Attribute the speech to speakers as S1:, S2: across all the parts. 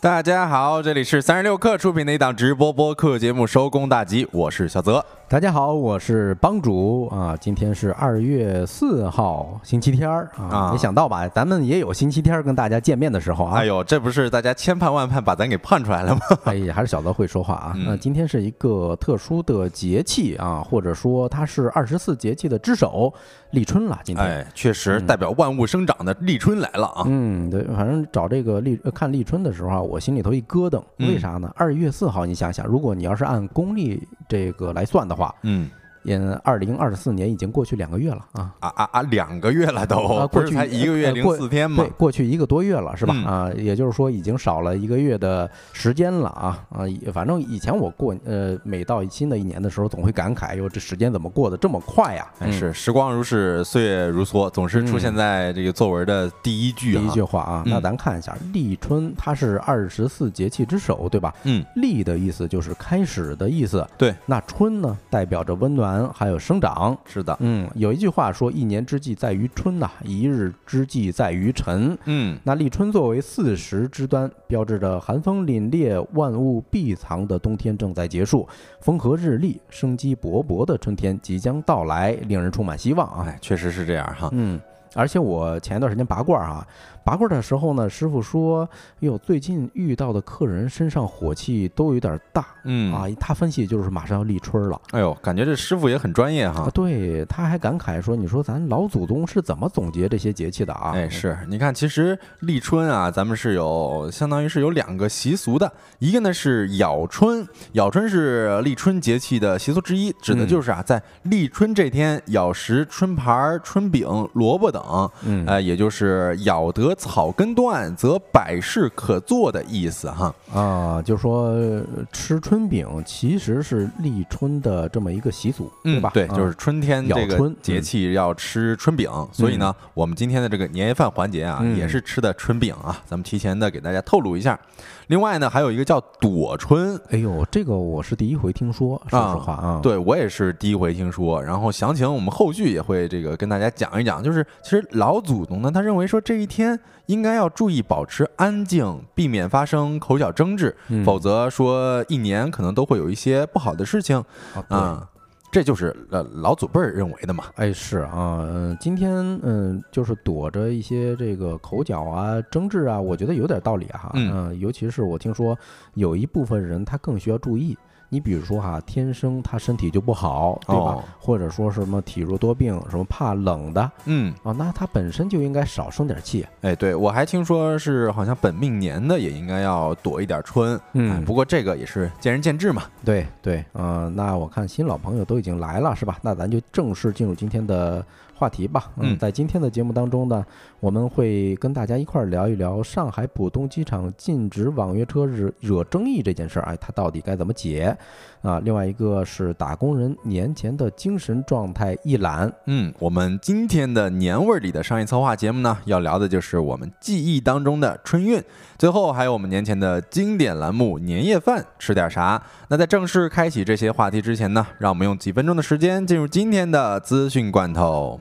S1: 大家好，这里是三十六氪出品的一档直播播客节目《收工大吉》，我是小泽。
S2: 大家好，我是帮主啊，今天是二月四号，星期天儿啊
S1: 啊，
S2: 没想到吧，咱们也有星期天儿跟大家见面的时候啊
S1: 哎。呦，这不是大家千盼万盼把咱给盼出来了吗？
S2: 哎呀，还是小泽会说话啊。
S1: 嗯
S2: 那今天是一个特殊的节气啊，或者说它是二十四节气的之首，立春了。今天，
S1: 哎，确实代表万物生长的立春来了啊！
S2: 嗯，对，反正找这个立呃看立春的时候啊，我心里头一咯噔，
S1: 嗯
S2: 为啥呢？二月四号，你想想，如果你要是按公历这个来算的
S1: 嗯
S2: 话，嗯，二零二四年已经过去两个月了啊。
S1: 啊啊啊，两个月了都，
S2: 啊
S1: 不
S2: 过
S1: 是
S2: 去
S1: 才一个月
S2: 呃
S1: 零
S2: 过
S1: 四天吗
S2: 对，？过去一个多月了，是吧？
S1: 嗯
S2: 啊，也就是说已经少了一个月的时间了啊啊！也反正以前我过呃，每到新的一年的时候，总会感慨哟，这时间怎么过得这么快呀、
S1: 哎，是时光如逝，岁月如梭，总是出现在这个作文的第一句
S2: 第
S1: 啊。
S2: 一句话啊，
S1: 嗯
S2: 那咱看一下，立春它是二十四节气之首，对吧？
S1: 嗯，
S2: 立的意思就是开始的意思，
S1: 对，
S2: 那春呢，代表着温暖，还有生长。
S1: 是的，
S2: 嗯，有一句话说：“一年之计在于春呐、一日之计在于晨。”
S1: 嗯，
S2: 那立春作为四时之端，标志着寒风凛冽、万物闭藏的冬天正在结束，风和日丽、生机勃勃的春天即将到来，令人充满希望啊！
S1: 哎，确实是这样哈。
S2: 嗯，而且我前一段时间拔罐儿啊，拔罐儿的时候呢，师傅说，哟，最近遇到的客人身上火气都有点大
S1: 嗯，
S2: 啊，他分析就是马上要立春了。
S1: 哎呦，感觉这师傅也很专业
S2: 啊
S1: 哈，。
S2: 对，他还感慨说：“你说咱老祖宗是怎么总结这些节气的啊？”
S1: 哎，是你看，其实立春啊，咱们是有相当于是有两个习俗的，一个呢是咬春，咬春是立春节气的习俗之一，指的
S2: 嗯
S1: 就是啊，在立春这天咬食春盘儿、春饼、萝卜等，
S2: 嗯，
S1: 呃，也就是咬得草根断，则百事可做的意思哈。
S2: 啊，就说呃吃春饼其实是立春的这么一个习俗，对吧？
S1: 嗯对，
S2: 啊
S1: 就是春天
S2: 咬
S1: 这个
S2: 春
S1: 节
S2: 嗯
S1: 气要吃春饼，所以呢，我们今天的这个年夜饭环节啊，
S2: 嗯
S1: 也是吃的春饼啊，咱们提前的给大家透露一下。另外呢，还有一个叫躲春，
S2: 哎呦，这个我是第一回听说，说实话啊，
S1: 对我也是第一回听说，然后详情我们后续也会这个跟大家讲一讲。就是其实老祖宗呢，他认为说这一天应该要注意保持安静，避免发生口角争执，
S2: 嗯
S1: 否则说一年可能都会有一些不好的事情
S2: 啊对
S1: 啊。这就是呃老祖辈儿认为的嘛。
S2: 哎，是啊，嗯，今天嗯，就是躲着一些这个口角啊、争执啊，我觉得有点道理哈、
S1: 嗯
S2: 尤其是我听说有一部分人他更需要注意，你比如说哈、天生他身体就不好，对吧？
S1: 哦
S2: 或者说什么体弱多病，什么怕冷的
S1: 嗯，
S2: 啊，那他本身就应该少生点气。
S1: 哎，对我还听说是好像本命年的也应该要躲一点春，哎
S2: 嗯
S1: 不过这个也是见仁见智嘛。
S2: 对对，嗯、那我看新老朋友都已经来了，是吧？那咱就正式进入今天的话题吧。
S1: 嗯
S2: 在今天的节目当中呢，我们会跟大家一块儿聊一聊上海浦东机场禁止网约车惹惹争议这件事儿，哎，它到底该怎么解？啊，另外一个是打工人年前的精神状态一览，
S1: 嗯，我们今天的年味儿里的商业策划节目呢，要聊的就是我们记忆当中的春运，最后还有我们年前的经典栏目年夜饭吃点啥。那在正式开启这些话题之前呢，让我们用几分钟的时间进入今天的资讯罐头。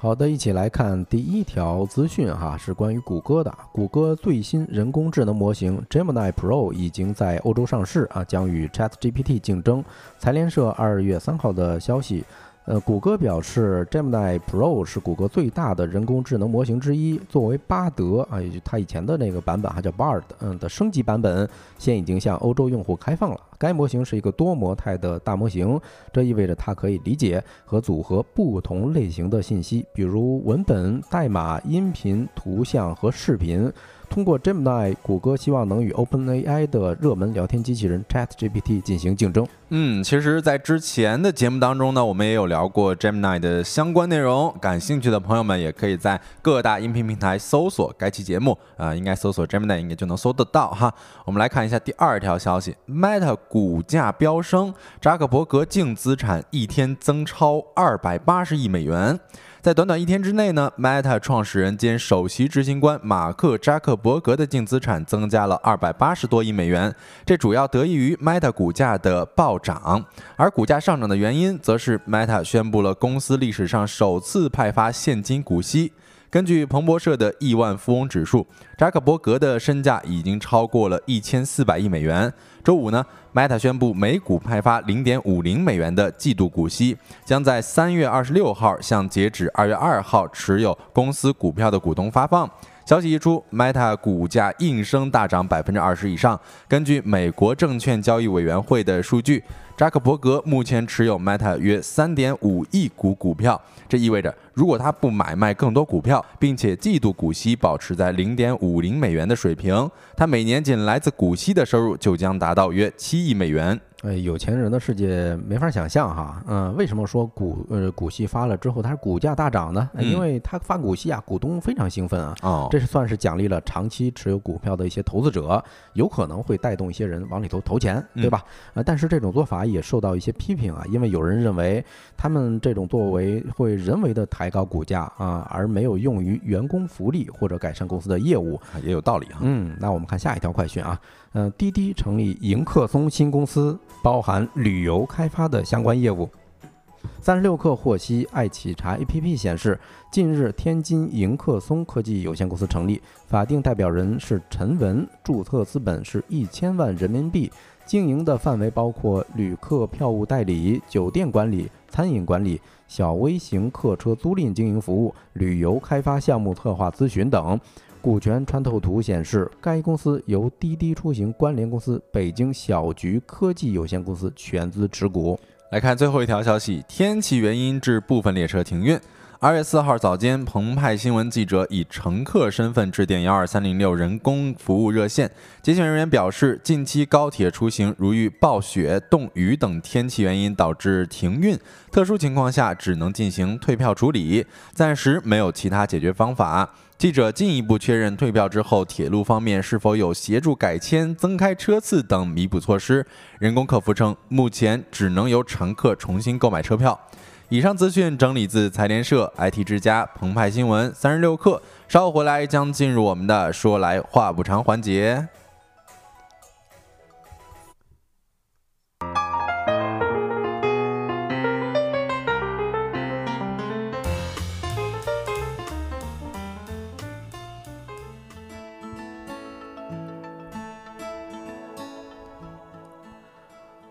S2: 好的，一起来看第一条资讯哈，是关于谷歌的。谷歌最新人工智能模型 Gemini Pro 已经在欧洲上市啊，将与 ChatGPT 竞争。财联社二月三号的消息，呃，谷歌表示 Gemini Pro 是谷歌最大的人工智能模型之一，作为巴德啊，也就它以前的那个版本还叫 Bard 嗯的升级版本，现已经向欧洲用户开放了。该模型是一个多模态的大模型，这意味着它可以理解和组合不同类型的信息，比如文本、代码、音频、图像和视频。通过 Gemini，谷歌希望能与 OpenAI 的热门聊天机器人 ChatGPT 进行竞争。
S1: 嗯，其实，在之前的节目当中呢，我们也有聊过 Gemini 的相关内容，感兴趣的朋友们也可以在各大音频平台搜索该期节目啊、应该搜索 Gemini 应该就能搜得到哈。我们来看一下第二条消息，Meta 股价飙升，扎克伯格净资产一天增超二百八十亿美元。在短短一天之内呢，Meta 创始人兼首席执行官马克·扎克伯格的净资产增加了二百八十多亿美元，这主要得益于 Meta 股价的暴涨。而股价上涨的原因，则是 Meta 宣布了公司历史上首次派发现金股息。根据彭博社的亿万富翁指数，扎克伯格的身价已经超过了一千四百亿美元。周五呢，Meta 宣布每股派发零点五零美元的季度股息，将在三月二十六号向截止二月二号持有公司股票的股东发放。消息一出，Meta 股价应声大涨百分之二十以上。根据美国证券交易委员会的数据，扎克伯格目前持有 Meta 约三点五亿股股票，这意味着如果他不买卖更多股票，并且季度股息保持在零点五零美元的水平，他每年仅来自股息的收入就将达到约七亿美元。
S2: 呃，有钱人的世界没法想象哈。嗯、为什么说股呃股息发了之后它是股价大涨呢？呃因
S1: 嗯
S2: 为它发股息啊，股东非常兴奋啊。
S1: 哦，
S2: 这是算是奖励了长期持有股票的一些投资者，有可能会带动一些人往里头投钱，对吧？呃，但是这种做法也受到一些批评啊，因为有人认为他们这种作为会人为的抬高股价啊，而没有用于员工福利或者改善公司的业务。
S1: 也有道理啊哈。
S2: 嗯，那我们看下一条快讯啊，嗯、滴滴成立迎客松新公司，包含旅游开发的相关业务。三十六氪获悉，爱企查 APP 显示，近日天津迎客松科技有限公司成立，法定代表人是陈文，注册资本是一千万人民币，经营的范围包括旅客票务代理、酒店管理、餐饮管理、小微型客车租赁经营服务、旅游开发项目策划咨询等。股权穿透图显示，该公司由滴滴出行关联公司北京小桔科技有限公司全资持股。
S1: 来看最后一条消息，天气原因致部分列车停运。二月四号早间，澎湃新闻记者以乘客身份致电幺二三零六人工服务热线，接线人员表示，近期高铁出行如遇暴雪、冻雨等天气原因导致停运，特殊情况下只能进行退票处理，暂时没有其他解决方法。记者进一步确认退票之后，铁路方面是否有协助改签、增开车次等弥补措施。人工客服称，目前只能由乘客重新购买车票。以上资讯整理自财联社、IT 之家、澎湃新闻、三十六氪。稍后回来将进入我们的“说来话不长”环节。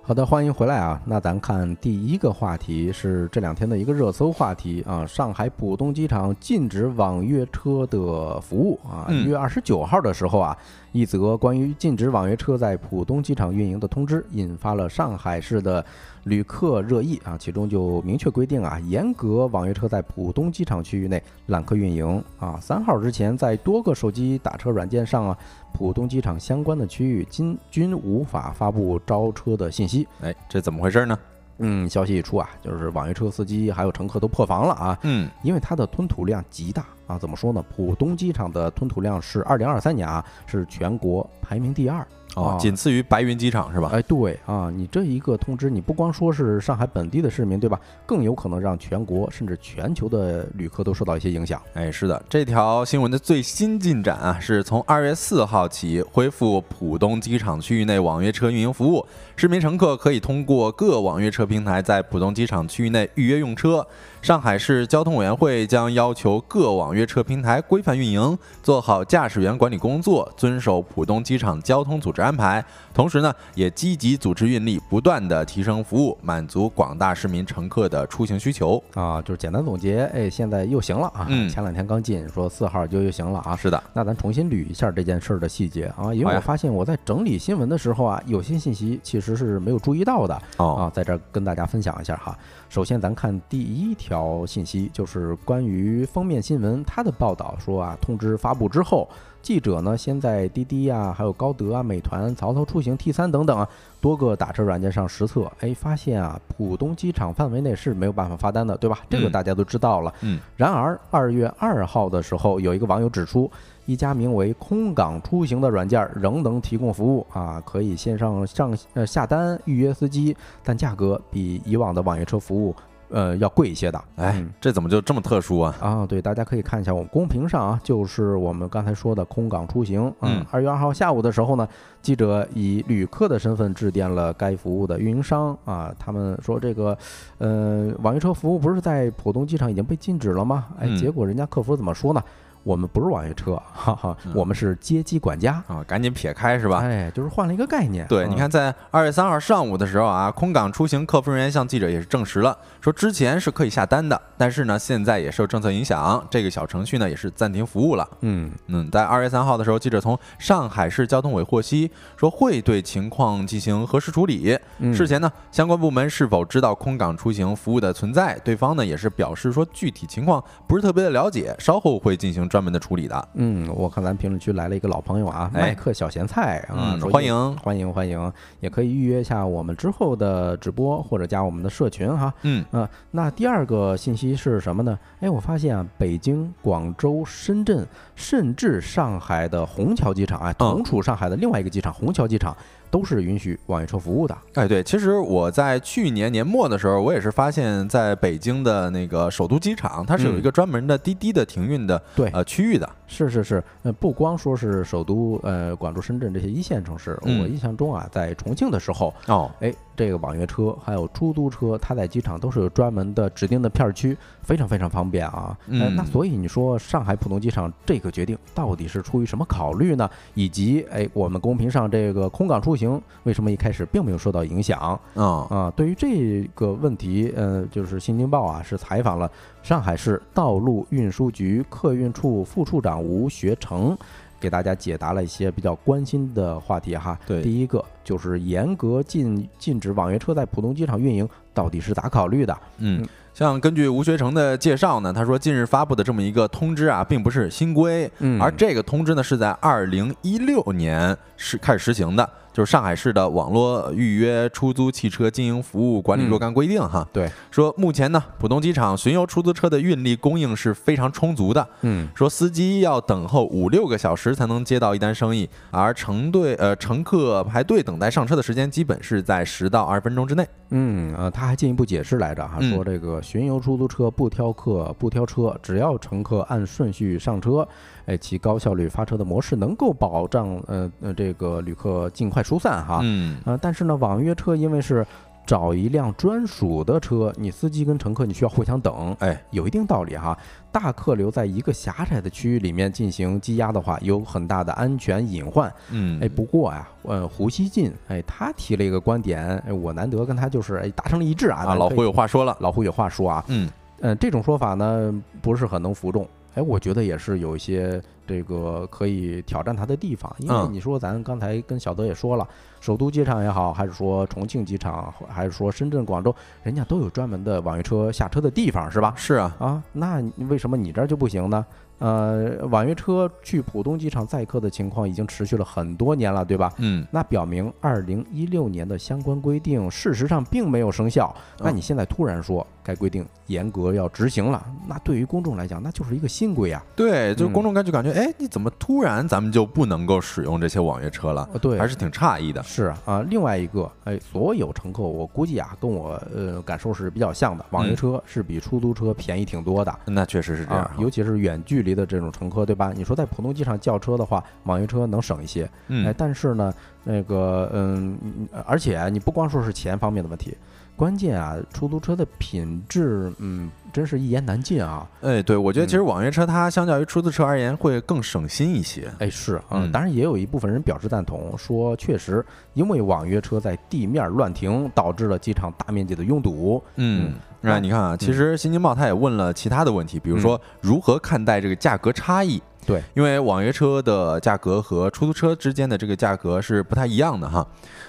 S2: 好的，欢迎回来啊！那咱看第一个话题是这两天的一个热搜话题啊，上海浦东机场禁止网约车的服务啊。一
S1: 嗯
S2: 月二十九号的时候啊，一则关于禁止网约车在浦东机场运营的通知，引发了上海市的旅客热议啊。其中就明确规定啊，严格网约车在浦东机场区域内揽客运营啊。三号之前，在多个手机打车软件上啊，浦东机场相关的区域今均无法发布招车的信息。
S1: 哎，这怎么回事呢？
S2: 嗯，消息一出啊，就是网约车司机还有乘客都破防了啊，
S1: 嗯，
S2: 因为它的吞吐量极大啊。怎么说呢？浦东机场的吞吐量是二零二三年啊，是全国排名第二。
S1: 哦
S2: 哦，
S1: 仅次于白云机场是吧？
S2: 哎，对啊，你这一个通知，你不光说是上海本地的市民，对吧？更有可能让全国甚至全球的旅客都受到一些影响。
S1: 哎，是的，这条新闻的最新进展啊，是从二月四号起恢复浦东机场区域内网约车运营服务，市民乘客可以通过各网约车平台在浦东机场区域内预约用车。上海市交通委员会将要求各网约车平台规范运营，做好驾驶员管理工作，遵守浦东机场交通组织安排。同时呢，也积极组织运力，不断的提升服务，满足广大市民乘客的出行需求。
S2: 啊，就是简单总结，哎，现在又行了啊！
S1: 嗯
S2: 前两天刚进，说四号就又行了啊。
S1: 是的，
S2: 那咱重新捋一下这件事儿的细节啊，因
S1: 好呀
S2: 为我发现我在整理新闻的时候啊，有些信息其实是没有注意到的
S1: 哦，
S2: 啊，在这儿跟大家分享一下哈。首先，咱看第一条信息，就是关于封面新闻它的报道说啊，通知发布之后，记者呢先在滴滴啊、还有高德啊、美团、曹操出行、T 三等等啊多个打车软件上实测，哎，发现啊，浦东机场范围内是没有办法发单的，对吧？这个
S1: 嗯
S2: 大家都知道了。
S1: 嗯。
S2: 然而，二月二号的时候，有一个网友指出，一家名为“空港出行”的软件儿仍能提供服务啊，可以线上上呃下单预约司机，但价格比以往的网约车服务呃要贵一些的。
S1: 哎
S2: 嗯，
S1: 这怎么就这么特殊啊？
S2: 啊，对，大家可以看一下我们公屏上啊，就是我们刚才说的空港出行。
S1: 嗯
S2: 二月二号下午的时候呢，记者以旅客的身份致电了该服务的运营商啊，他们说这个，呃，网约车服务不是在浦东机场已经被禁止了吗？哎，
S1: 嗯
S2: 结果人家客服怎么说呢？我们不是网约车，哈哈，
S1: 嗯
S2: 我们是街机管家，
S1: 啊，赶紧撇开是吧？
S2: 哎，就是换了一个概念。
S1: 对，
S2: 嗯
S1: 你看，在二月三号上午的时候啊，空港出行客服人员向记者也是证实了，说之前是可以下单的，但是呢，现在也受政策影响，这个小程序呢也是暂停服务了。
S2: 嗯，
S1: 嗯，在二月三号的时候，记者从上海市交通委获悉，说会对情况进行核实处理。
S2: 嗯
S1: 事前呢，相关部门是否知道空港出行服务的存在？对方呢也是表示说具体情况不是特别的了解，稍后会进行专门的处理的。
S2: 嗯，我看咱评论区来了一个老朋友啊，
S1: 哎
S2: 麦克小咸菜啊，
S1: 嗯
S2: 说
S1: 欢迎
S2: 欢迎欢迎，也可以预约一下我们之后的直播或者加我们的社群哈。
S1: 嗯，
S2: 呃，那第二个信息是什么呢？哎，我发现啊，北京、广州、深圳，甚至上海的虹桥机场啊，同处上海的另外一个机场虹桥机场，都是允许网约车服务的。
S1: 哎，对，其实我在去年年末的时候，我也是发现，在北京的那个首都机场，它是有一个专门的滴滴的停运的、
S2: 对
S1: 呃区域的。
S2: 是是是，呃，不光说是首都，呃，广州、深圳这些一线城市，
S1: 嗯
S2: 我印象中啊，在重庆的时候，
S1: 哦，
S2: 哎，这个网约车还有出租车，它在机场都是有专门的指定的片儿区，非常非常方便啊。哎
S1: 嗯
S2: 那所以你说上海浦东机场这个决定到底是出于什么考虑呢？以及哎，我们公屏上这个空港出行为什么一开始并没有受到影响
S1: 嗯，
S2: 啊？对于这个问题，呃，就是新京报啊是采访了上海市道路运输局客运处副处长吴学成。给大家解答了一些比较关心的话题哈，
S1: 对
S2: 第一个就是严格禁禁止网约车在浦东机场运营，到底是咋考虑的？
S1: 嗯
S2: 嗯，
S1: 像根据吴学成的介绍呢，他说近日发布的这么一个通知啊，并不是新规，
S2: 嗯
S1: 而这个通知呢是在二零一六年是开始实行的，就是上海市的网络预约出租汽车经营服务管理若干规定哈。
S2: 嗯对，
S1: 说目前呢，浦东机场巡游出租车的运力供应是非常充足的，
S2: 嗯
S1: 说司机要等候五六个小时才能接到一单生意，而乘队呃乘客排队等待上车的时间基本是在十到二十分钟之内。
S2: 嗯呃，他还进一步解释来着哈，
S1: 嗯
S2: 说这个巡游出租车不挑客不挑车，只要乘客按顺序上车，哎，其高效率发车的模式能够保障呃呃这个旅客尽快疏散哈。
S1: 嗯，
S2: 呃，但是呢，网约车因为是找一辆专属的车，你司机跟乘客你需要互相等，
S1: 哎，
S2: 有一定道理哈。大客流在一个狭窄的区域里面进行积压的话，有很大的安全隐患。
S1: 嗯，
S2: 哎，不过呀、呃，胡锡进，哎，他提了一个观点，哎，我难得跟他就是哎达成了一致啊。
S1: 啊，
S2: 咱
S1: 老
S2: 可以
S1: 胡有话说了，
S2: 老胡有话说啊，
S1: 嗯，
S2: 嗯、这种说法呢不是很能服众。哎，我觉得也是有一些这个可以挑战他的地方，因为
S1: 嗯
S2: 你说咱刚才跟小德也说了，首都机场也好，还是说重庆机场，还是说深圳、广州，人家都有专门的网约车下车的地方，是吧？
S1: 是啊，
S2: 啊，那你为什么你这儿就不行呢？呃，网约车去浦东机场载客的情况已经持续了很多年了，对吧？
S1: 嗯，
S2: 那表明二零一六年的相关规定事实上并没有生效。那
S1: 嗯
S2: 你现在突然说该规定严格要执行了，那对于公众来讲，那就是一个新规啊。
S1: 对，就是
S2: 嗯
S1: 公众感觉感觉，哎，你怎么突然咱们就不能够使用这些网约车了？
S2: 呃，对，
S1: 哦还是挺诧异的。
S2: 是啊、另外一个，哎，所有乘客，我估计啊，跟我呃感受是比较像的。网约
S1: 嗯
S2: 车是比出租车便宜挺多的。
S1: 那确实是这样
S2: 啊
S1: 哈，，
S2: 尤其是远距离的这种乘客，对吧？你说在浦东机场叫车的话，网约车能省一些，哎
S1: 嗯，，
S2: 但是呢，那个，嗯，嗯而且、啊、你不光说是钱方面的问题，关键啊，出租车的品质，嗯，真是一言难尽啊。
S1: 哎，对，我觉得其实
S2: 嗯
S1: 网约车它相较于出租车而言会更省心一些。
S2: 哎，是啊，
S1: 嗯
S2: 当然也有一部分人表示赞同，说确实因为网约车在地面乱停，导致了机场大面积的拥堵。
S1: 嗯
S2: 嗯，嗯
S1: 那你看啊，其实新京报它也问了其他的问题，比如说如何看待这个价格差异。
S2: 对，
S1: 因为网约车的价格和出租车之间的这个价格是不太一样的哈，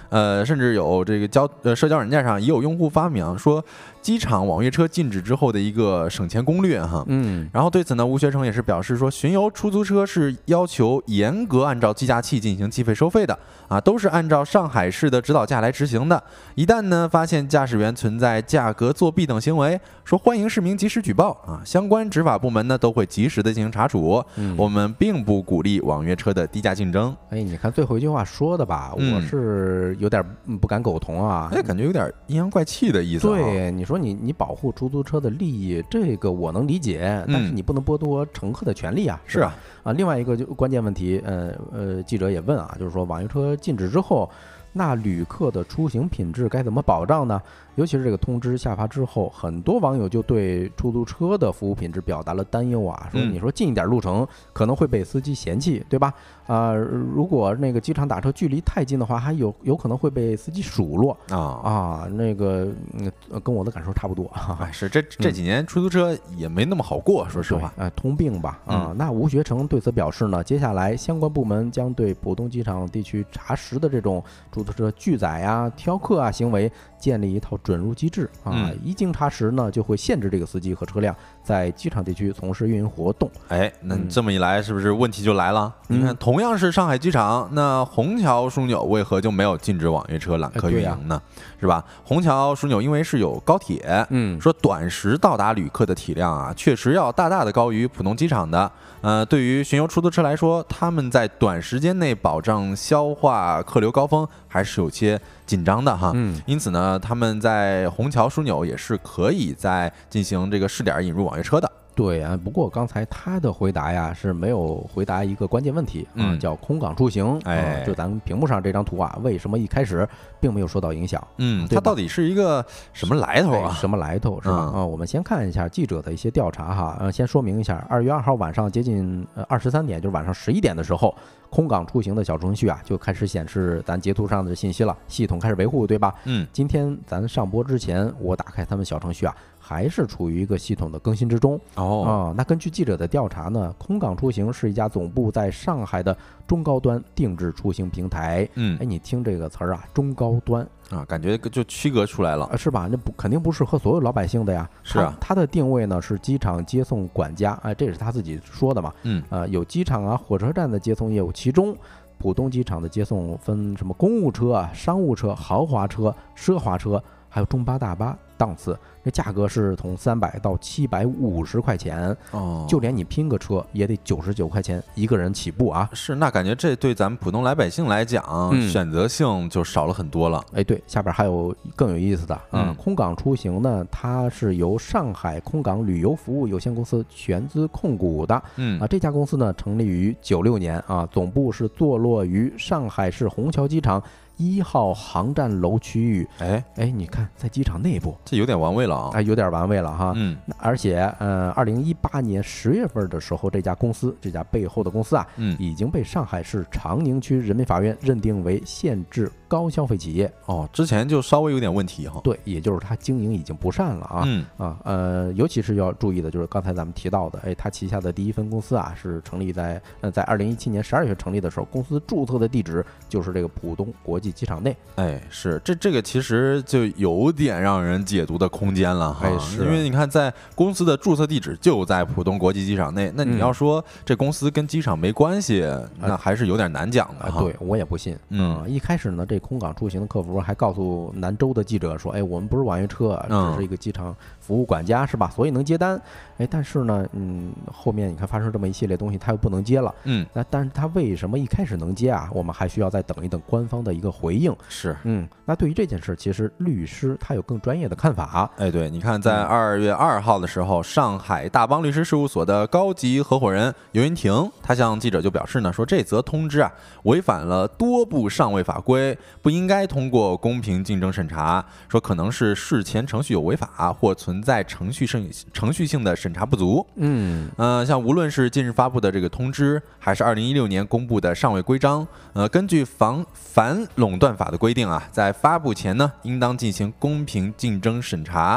S1: 呃，甚至有这个交呃社交软件上也有用户发明说，机场网约车禁止之后的一个省钱攻略哈，
S2: 嗯
S1: 然后对此呢，吴学成也是表示说，巡游出租车是要求严格按照计价器进行计费收费的啊，都是按照上海市的指导价来执行的。一旦呢发现驾驶员存在价格作弊等行为，说欢迎市民及时举报啊，相关执法部门呢都会及时的进行查处。
S2: 嗯
S1: 我我们并不鼓励网约车的低价竞争。
S2: 哎，你看最后一句话说的吧，我
S1: 嗯
S2: 是有点嗯不敢苟同啊。
S1: 哎，感觉有点阴阳怪气的意思、啊。，
S2: 对，你说你你保护出租车的利益，这个我能理解，但是
S1: 嗯
S2: 你不能剥夺乘客的权利啊。
S1: 是
S2: 吧
S1: 啊，
S2: 啊，另外一个就关键问题，呃呃，记者也问啊，就是说网约车禁止之后，那旅客的出行品质该怎么保障呢？尤其是这个通知下发之后，很多网友就对出租车的服务品质表达了担忧啊，说
S1: 嗯
S2: 你说近一点路程可能会被司机嫌弃，对吧？啊、如果那个机场打车距离太近的话，还有有可能会被司机数落
S1: 啊，
S2: 啊。那个，嗯，呃跟我的感受差不多啊哈哈。
S1: 哎，是这这几年出租车也没那么好过，说实话。嗯
S2: 对，哎，通病吧，啊，那吴学成对此表示呢，接下来相关部门将对浦东机场地区查实的这种出租车拒载啊、挑客啊行为建立一套准入机制啊，
S1: 嗯
S2: 一经查实呢，就会限制这个司机和车辆在机场地区从事运营活动。
S1: 哎，那
S2: 嗯
S1: 这么一来，是不是问题就来了？
S2: 嗯
S1: 你看，同样是上海机场，那虹桥枢纽为何就没有禁止网约车揽
S2: 哎
S1: 客
S2: 对
S1: 运
S2: 呀
S1: 营呢？是吧？虹桥枢纽因为是有高铁，
S2: 嗯，
S1: 说短时到达旅客的体量啊，确实要大大的高于浦东机场的。呃，对于巡游出租车来说，他们在短时间内保障消化客流高峰，还是有些紧张的哈。
S2: 嗯，
S1: 因此呢，他们在虹桥枢纽也是可以在进行这个试点引入网约车的。
S2: 对啊，不过刚才他的回答呀是没有回答一个关键问题啊，
S1: 嗯
S2: 叫空港出行。
S1: 哎
S2: 啊就咱们屏幕上这张图啊，为什么一开始并没有受到影响？
S1: 嗯，
S2: 对
S1: 它
S2: 吧
S1: 到底是一个什么来头
S2: 哎
S1: 啊？
S2: 什么来头是吧？啊、
S1: 嗯
S2: 我们先看一下记者的一些调查哈。呃，先说明一下，二月二号晚上接近呃二十三点，就是晚上十一点的时候，空港出行的小程序啊就开始显示咱截图上的信息了，系统开始维护，对吧？
S1: 嗯，
S2: 今天咱上播之前，我打开他们小程序啊，还是处于一个系统的更新之中。啊、
S1: 哦，
S2: 那根据记者的调查呢，空港出行是一家总部在上海的中高端定制出行平台。
S1: 嗯
S2: 哎，你听这个词儿啊，中高端，
S1: 啊，感觉就区隔出来了。
S2: 啊，是吧？那不肯定不适合所有老百姓的呀。
S1: 是啊
S2: 它它的定位呢是机场接送管家，哎、这也是他自己说的嘛。
S1: 嗯，
S2: 呃，有机场啊、火车站的接送业务，其中浦东机场的接送分什么公务车啊、商务车、豪华车、奢华车，还有中巴、大巴档次。这价格是从三百到七百五十块钱，
S1: 哦
S2: 就连你拼个车也得九十九块钱一个人起步啊。
S1: 是，那感觉这对咱们普通老百姓来讲，
S2: 嗯
S1: 选择性就少了很多了。
S2: 哎，对，下边还有更有意思的啊、
S1: 嗯
S2: 空港出行呢，它是由上海空港旅游服务有限公司全资控股的
S1: 嗯
S2: 啊。这家公司呢，成立于九六年啊，总部是坐落于上海市虹桥机场一号航站楼区域。
S1: 哎，
S2: 哎，你看，在机场内部，
S1: 这有点玩味了啊。
S2: 哎，有点玩味了哈。
S1: 嗯
S2: 那而且，呃，二零一八年十月份的时候，这家公司，这家背后的公司啊，
S1: 嗯，
S2: 已经被上海市长宁区人民法院认定为限制高消费企业。
S1: 哦，之前就稍微有点问题哈。
S2: 对，也就是它经营已经不善了啊。
S1: 嗯
S2: 啊，呃，尤其是要注意的，就是刚才咱们提到的，哎，它旗下的第一分公司啊，是成立在呃，在二零一七年十二月成立的时候，公司注册的地址就是这个浦东国际机场内。
S1: 哎，是这这个其实就有点让人解读的空间了哈，
S2: 哎是
S1: 因为你看，在公司的注册地址就在浦东国际机场内，那
S2: 嗯
S1: 你要说这公司跟机场没关系，那还是有点难讲的
S2: 啊，
S1: 哈。
S2: 对我也不信。啊
S1: 嗯，
S2: 一开始呢，这空港出行的客服还告诉兰州的记者说：“哎，我们不是网约车，
S1: 嗯
S2: 只是一个机场服务管家，是吧？所以能接单。哎，但是呢，嗯，后面你看发生这么一系列东西，他又不能接了。
S1: 嗯，
S2: 那但是他为什么一开始能接啊？我们还需要再等一等官方的一个回应。
S1: 是。
S2: 嗯，那对于这件事，其实律师他有更专业的看法。啊
S1: 哎，对，你看，在
S2: 嗯
S1: 二月二号的时候，上海大邦律师事务所的高级合伙人尤云婷，他向记者就表示呢，说这则通知啊，违反了多部上位法规，不应该通过公平竞争审查，说可能是事前程序有违法或存在程序性程序性的审查不足。
S2: 嗯，
S1: 呃，像无论是近日发布的这个通知，还是二零一六年公布的上位规章，呃，根据防反垄断法的规定啊，在发布前呢，应当进行公平竞争审查。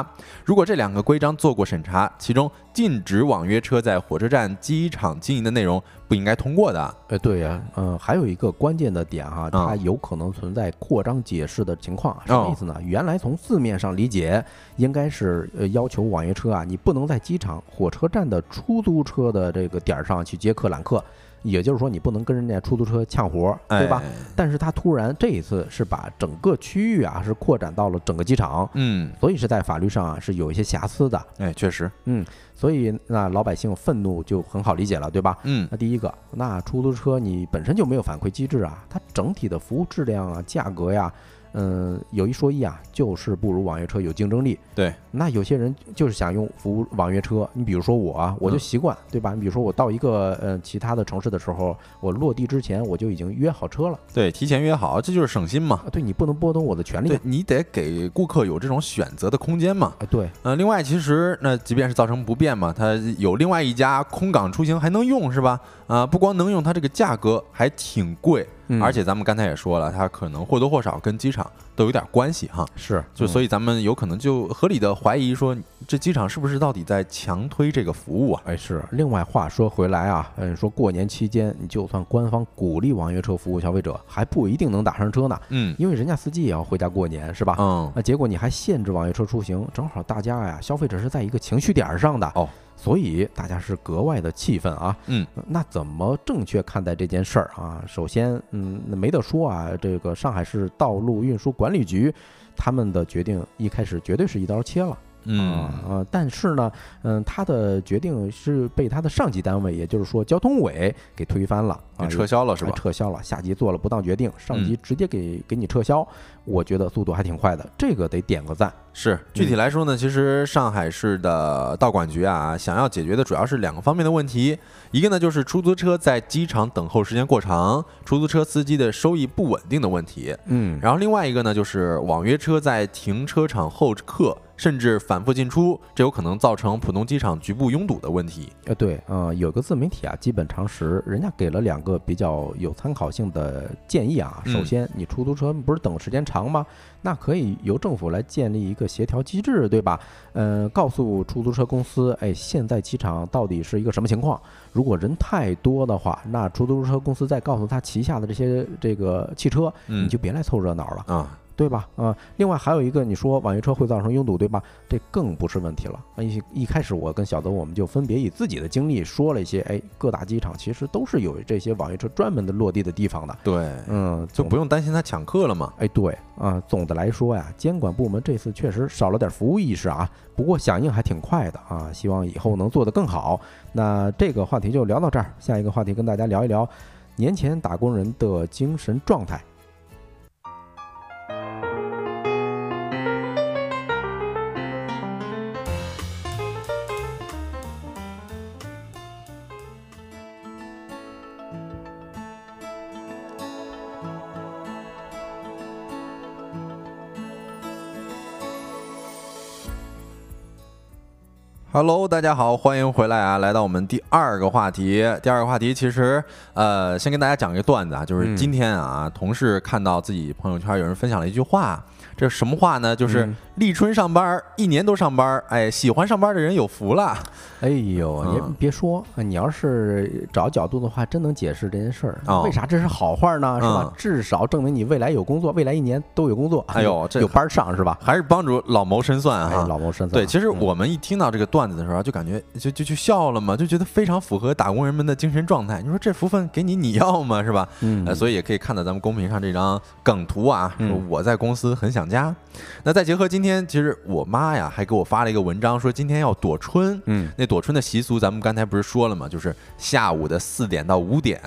S1: 如果这两个规章做过审查，其中禁止网约车在火车站、机场经营的内容不应该通过的。
S2: 呃，对呀、嗯、还有一个关键的点哈、它
S1: 啊
S2: 有可能存在扩张解释的情况，什么意
S1: 哦
S2: 思呢？原来从字面上理解，应该是呃要求网约车啊，你不能在机场、火车站的出租车的这个点儿上去接客揽客。也就是说你不能跟人家出租车呛活儿，对吧？
S1: 哎？
S2: 但是它突然这一次是把整个区域啊是扩展到了整个机场，
S1: 嗯，
S2: 所以是在法律上啊是有一些瑕疵的，
S1: 哎，确实，
S2: 所以那老百姓愤怒就很好理解了，对吧？
S1: 嗯，
S2: 那第一个，那出租车你本身就没有反馈机制啊，它整体的服务质量啊、价格呀，嗯、有一说一啊，就是不如网约车有竞争力。
S1: 对，
S2: 那有些人就是想用服务网约车，你比如说我啊，我就
S1: 嗯
S2: 习惯，对吧？你比如说我到一个呃其他的城市的时候，我落地之前我就已经约好车了，
S1: 对，提前约好，这就是省心嘛。
S2: 啊对你不能剥夺我的权利
S1: 对。你得给顾客有这种选择的空间嘛。
S2: 啊，对，
S1: 呃，另外，其实那即便是造成不便嘛，它有另外一家空港出行还能用是吧？啊、不光能用，它这个价格还挺贵，
S2: 嗯
S1: 而且咱们刚才也说了，它可能或多或少跟机场都有点关系哈。
S2: 是，嗯
S1: 就
S2: 以
S1: 所以咱们有可能就合理的怀疑说，这机场是不是到底在强推这个服务啊？
S2: 哎是。另外话说回来啊，嗯，说过年期间，你就算官方鼓励网约车服务消费者，还不一定能打上车呢。
S1: 嗯
S2: 因为人家司机也要回家过年，是吧？
S1: 嗯，
S2: 那结果你还限制网约车出行，正好大家呀，消费者是在一个情绪点儿上的
S1: 哦，
S2: 所以大家是格外的气愤啊。
S1: 嗯，
S2: 那怎么正确看待这件事儿啊？首先，嗯，那没得说啊，这个上海市道路运输管理局他们的决定一开始绝对是一刀切了。啊
S1: 嗯，
S2: 呃，但是呢，嗯，他的决定是被他的上级单位，也就是说交通委给推翻了啊，
S1: 给撤销了是吧
S2: 哎？撤销了，下级做了不当决定，上级
S1: 嗯
S2: 直接给、给你撤销，我觉得速度还挺快的，这个得点个赞。
S1: 是，具体来说呢，其实上海市的道管局啊，想要解决的主要是两个方面的问题，一个呢就是出租车在机场等候时间过长，出租车司机的收益不稳定的问题，
S2: 嗯，
S1: 然后另外一个呢就是网约车在停车场候客甚至反复进出，这有可能造成浦东机场局部拥堵的问题。
S2: 呃，对，呃，有个自媒体啊，基本常识，人家给了两个比较有参考性的建议啊。首
S1: 嗯
S2: 先，你出租车不是等时间长吗？那可以由政府来建立一个协调机制，对吧？呃，告诉出租车公司，哎，现在机场到底是一个什么情况？如果人太多的话，那出租车公司再告诉他旗下的这些这个汽车，
S1: 嗯，
S2: 你就别来凑热闹了。
S1: 啊，
S2: 对吧？啊、另外还有一个，你说网约车会造成拥堵，对吧？这更不是问题了。哎一一开始我跟小德我们就分别以自己的经历说了一些，哎，各大机场其实都是有这些网约车专门的落地的地方的。
S1: 对，
S2: 嗯，
S1: 就
S2: 总
S1: 不用担心他抢客了嘛。
S2: 哎，对啊、总的来说呀，监管部门这次确实少了点服务意识啊，不过响应还挺快的啊，希望以后能做得更好。那这个话题就聊到这儿，下一个话题跟大家聊一聊年前打工人的精神状态。
S1: Hello，大家好，欢迎回来啊！来到我们第二个话题。第二个话题其实，呃，先跟大家讲一个段子啊，就是
S2: 嗯
S1: 今天啊，同事看到自己朋友圈有人分享了一句话，这什么话呢？就是
S2: 嗯
S1: 立春上班儿，一年都上班儿，哎，喜欢上班的人有福了。
S2: 哎呦，你
S1: 嗯
S2: 别说，啊你要是找角度的话，真能解释这件事儿。
S1: 哦
S2: 为啥这是好话呢？是吧？
S1: 嗯
S2: 至少证明你未来有工作，未来一年都有工作。
S1: 哎呦这
S2: 有班儿上是吧？
S1: 还是帮主老谋深算啊！
S2: 哎，老谋深算。
S1: 对，其实
S2: 嗯
S1: 我们一听到这个段子的时候，就感觉就就就笑了嘛，就觉得非常符合打工人们的精神状态。你说这福分给你，你要吗？是吧？
S2: 嗯
S1: 呃，所以也可以看到咱们公屏上这张梗图啊，
S2: 嗯
S1: 说我在公司很想家。那再结合今天，其实我妈呀还给我发了一个文章，说今天要躲春。
S2: 嗯，
S1: 那躲春的习俗，咱们刚才不是说了吗？就是下午的四点到五点，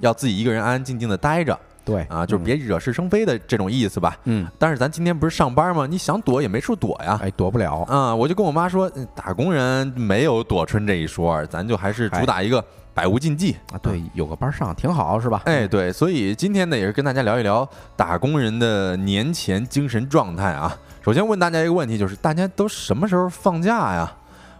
S1: 要自己一个人安安静静的待着
S2: 对
S1: 啊，就是
S2: 嗯
S1: 别惹是生非的这种意思吧。
S2: 嗯，
S1: 但是咱今天不是上班吗？你想躲也没处躲呀。
S2: 哎，躲不了。
S1: 啊、我就跟我妈说，嗯打工人没有躲春这一说，咱就还是主打一个百无禁忌。
S2: 啊，对，有个班儿上挺好，是吧？
S1: 哎，对，所以今天呢，也是跟大家聊一聊打工人的年前精神状态啊。首先问大家一个问题，就是大家都什么时候放假呀？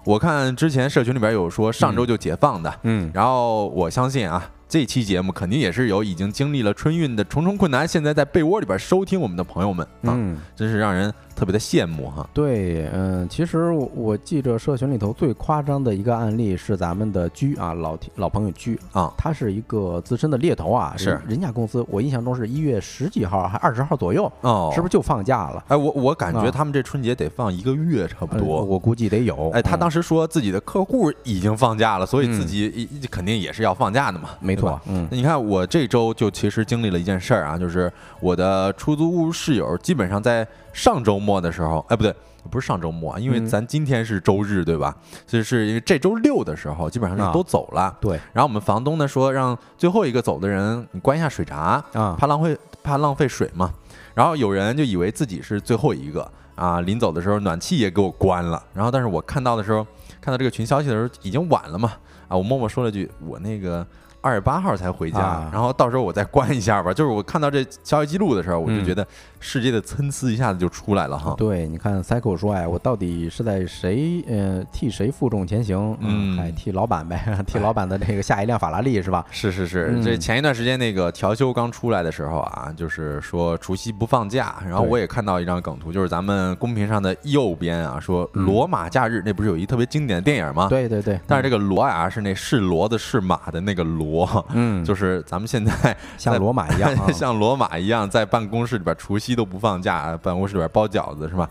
S1: 我看之前社群里边有说上周就解放的，
S2: 嗯，
S1: 然后我相信啊，这期节目肯定也是有已经经历了春运的重重困难，现在在被窝里边收听我们的朋友们啊，
S2: 嗯，
S1: 真是让人特别的羡慕哈。
S2: 对，嗯，其实我我记着社群里头最夸张的一个案例是咱们的居啊，老老朋友居
S1: 啊
S2: 他是一个资深的猎头啊，
S1: 是
S2: 人人家公司，我印象中是一月十几号还二十号左右，
S1: 哦，
S2: 是不是就放假了？
S1: 哎，我我感觉
S2: 啊
S1: 他们这春节得放一个月差不
S2: 呃
S1: 多。
S2: 我估计得有。
S1: 哎，他
S2: 嗯
S1: 当时说自己的客户已经放假了，所以
S2: 嗯
S1: 自己一一肯定也是要放假的嘛。
S2: 没
S1: 吧
S2: 错，嗯
S1: 那你看，我这周就其实经历了一件事儿啊，就是我的出租屋室友基本上在上周末的时候，哎，不对，不是上周末啊，因为
S2: 嗯
S1: 咱今天是周日，对吧？所以是因为这周六的时候，基本上
S2: 啊
S1: 是都走了。
S2: 对
S1: 然后我们房东呢说，让最后一个走的人你关一下水闸，
S2: 啊，
S1: 怕浪费怕浪费水嘛。然后有人就以为自己是最后一个啊，临走的时候暖气也给我关了。然后但是我看到的时候，看到这个群消息的时候已经晚了嘛，啊，我默默说了句我那个二十八号才回家，
S2: 啊
S1: 然后到时候我再关一下吧。就是我看到这消息记录的时候，我就
S2: 嗯
S1: 觉得世界的参差一下子就出来了哈。
S2: 对，你看 Cycle 说，哎，我到底是在谁，呃，替谁负重前行？
S1: 嗯
S2: 哎，替老板呗， 替老板的这个下一辆法拉利是吧？
S1: 是是是，
S2: 嗯
S1: 这前一段时间那个调休刚出来的时候啊，就是说除夕不放假，然后
S2: 对
S1: 我也看到一张梗图，就是咱们公屏上的右边啊，说
S2: 嗯
S1: 罗马假日，那不是有一特别经典的电影吗？。
S2: 对嗯对对，
S1: 但是这个骡啊，是那是骡子是马的那个骡，
S2: 嗯，
S1: 就是咱们现在
S2: 像罗马 一样啊，
S1: 像罗马一样，在办公室里边除夕都不放假，办公室里边包饺子是吧？